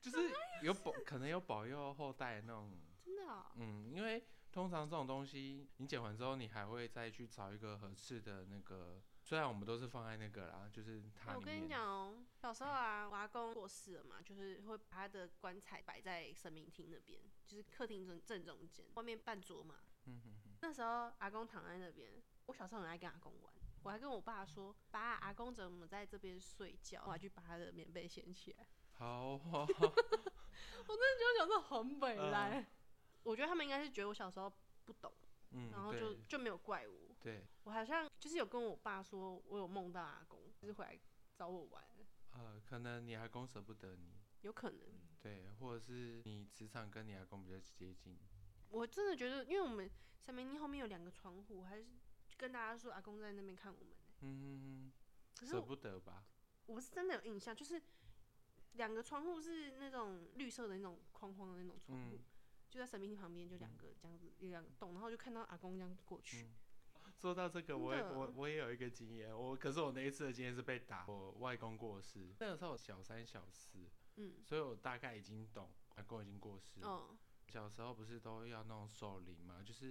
Speaker 3: 就是有保可能有保佑后代那种，
Speaker 1: 真的啊？
Speaker 3: 嗯，因为通常这种东西你剪完之后，你还会再去找一个合适的那个。虽然我们都是放在那个啦，就是
Speaker 1: 哎
Speaker 3: 它
Speaker 1: 我
Speaker 3: 里
Speaker 1: 跟你
Speaker 3: 面。
Speaker 1: 讲哦，小时候啊，我阿公过世了嘛，就是会把他的棺材摆在神明厅那边，就是客厅正正中间，外面半桌嘛。
Speaker 3: 嗯哼哼
Speaker 1: 那时候阿公躺在那边，我小时候很爱跟阿公玩，我还跟我爸说：“爸，阿公怎么在这边睡觉？”我还去把他的棉被掀起来，
Speaker 3: 好哦，
Speaker 1: 我真的就想说很北
Speaker 3: 嗯
Speaker 1: 来。我觉得他们应该是觉得我小时候不懂，
Speaker 3: 嗯，
Speaker 1: 然后
Speaker 3: 对
Speaker 1: 就就没有怪我。
Speaker 3: 对，
Speaker 1: 我好像就是有跟我爸说，我有梦到阿公，就是回来找我玩，
Speaker 3: 呃，可能你阿公舍不得你，
Speaker 1: 有可
Speaker 3: 嗯
Speaker 1: 能。
Speaker 3: 对，或者是你磁场跟你阿公比较接近，
Speaker 1: 我真的觉得，因为我们三明町后面有两个窗户，还是跟大家说阿公在那边看我们欸、
Speaker 3: 嗯，
Speaker 1: 可是
Speaker 3: 舍
Speaker 1: 我
Speaker 3: 不得吧？
Speaker 1: 我是真的有印象，就是两个窗户是那种绿色的那种框框的那种窗户，
Speaker 3: 嗯
Speaker 1: 就在三明町旁边，就两个这样子一两个洞，然后就看到阿公这样过去。
Speaker 3: 嗯说到这个，
Speaker 1: 真
Speaker 3: 我也
Speaker 1: 的
Speaker 3: 我我也有一个经验，我可是我那一次的经验是被打，我外公过世，那个时候我小三小四，
Speaker 1: 嗯，
Speaker 3: 所以我大概已经懂，外公已经过世了。
Speaker 1: 哦，
Speaker 3: 小时候不是都要那种守灵嘛，就是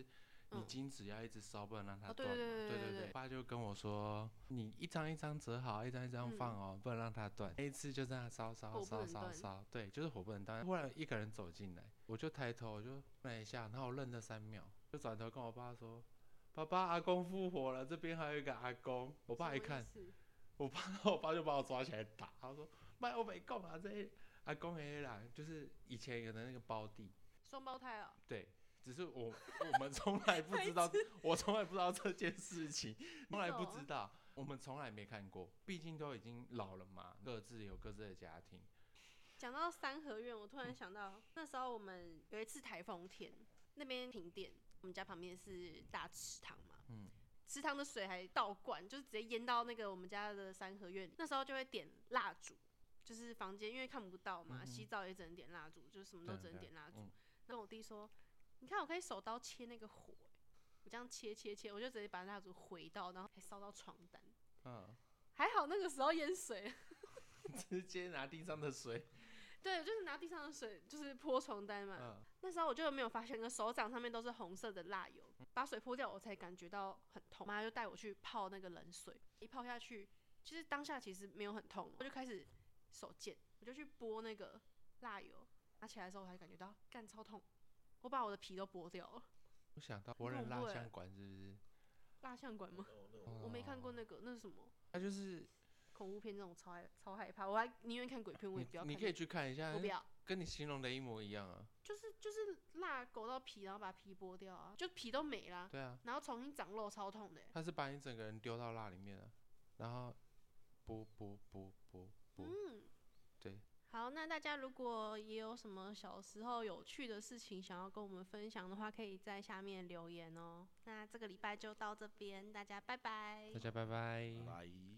Speaker 3: 你
Speaker 1: 嗯
Speaker 3: 金纸要一直烧，不能让它
Speaker 1: 哦对
Speaker 3: 断嘛。
Speaker 1: 对对对
Speaker 3: 对
Speaker 1: 对
Speaker 3: 我爸就跟我说，你一张一张折好，一张一张
Speaker 1: 嗯
Speaker 3: 放哦，不能让它断。那一次就这样烧烧
Speaker 1: 火不
Speaker 3: 烧
Speaker 1: 能
Speaker 3: 烧
Speaker 1: 断
Speaker 3: 烧，对，就是火不能断。忽然一个人走进来，我就抬头，我就看了一下，然后我愣了三秒，就转头跟我爸说。爸爸，阿公复活了，这边还有一个阿公。我
Speaker 1: 我
Speaker 3: 爸一看，我爸我爸就把我抓起来打，他说：“妈，我没空啊，这些阿公爷啦，就是以前有的那个胞弟，
Speaker 1: 双胞胎哦，
Speaker 3: 对，只是我我们从来不知道，我从来不知道这件事情，从来
Speaker 1: 真
Speaker 3: 不
Speaker 1: 的哦
Speaker 3: 知道，我们从来没看过，毕竟都已经老了嘛，各自有各自的家庭。
Speaker 1: 讲到三合院，我突
Speaker 3: 嗯
Speaker 1: 然想到、那时候我们有一次台风天，那边停电，我们家旁边是大池塘嘛，
Speaker 3: 嗯
Speaker 1: 池塘的水还倒灌，就是直接淹到那个我们家的三合院里。那时候就会点蜡烛，就是房间因为看不到嘛，
Speaker 3: 嗯
Speaker 1: 洗澡也只能点蜡烛，就是什么都只
Speaker 3: 对
Speaker 1: 能
Speaker 3: 对
Speaker 1: 点蜡烛
Speaker 3: 嗯。
Speaker 1: 然后我弟说：“你看，我可以手刀切那个火、欸我这样切切切，我就直接把蜡烛回到，然后还烧到床单。
Speaker 3: 嗯，
Speaker 1: 还好那个时候淹水，
Speaker 3: 直接拿地上的水，
Speaker 1: 对，就是拿地上的水，就是泼床单嘛。
Speaker 3: 嗯，
Speaker 1: 那时候我就没有发现，我手掌上面都是红色的蜡油，把水泼掉，我才感觉到很痛。妈就带我去泡那个冷水，一泡下去，其实当下其实没有很痛，我就开始手贱，我就去拨那个蜡油，拿起来的时候我才感觉到干超痛，我把我的皮都剥掉了。
Speaker 3: 我想到
Speaker 1: 很
Speaker 3: 活人
Speaker 1: 恐
Speaker 3: 蜡
Speaker 1: 怖欸
Speaker 3: 像馆是不是？哦
Speaker 1: 蜡像馆吗？我没看过那个，那是什么
Speaker 3: 它就是
Speaker 1: 恐怖片？这种超害超害怕，我还宁愿看鬼片，我也
Speaker 3: 你
Speaker 1: 不要看
Speaker 3: 你
Speaker 1: 那
Speaker 3: 可以
Speaker 1: 个。
Speaker 3: 去看一下
Speaker 1: 我，不要，
Speaker 3: 跟你形容的一模一样啊。
Speaker 1: 就是就是蜡勾到皮，然后把皮剥掉啊，就皮都没啦。
Speaker 3: 对啊，
Speaker 1: 然后重新长肉，超痛的欸。
Speaker 3: 它是把你整个人丢到蜡里面啊，然后啵啵啵啵啵，
Speaker 1: 嗯，
Speaker 3: 对。
Speaker 1: 好，那大家如果也有什么小时候有趣的事情想要跟我们分享的话，可以在下面留言哦。那这个礼拜就到这边，大家拜拜
Speaker 3: 大。家拜拜
Speaker 2: 拜。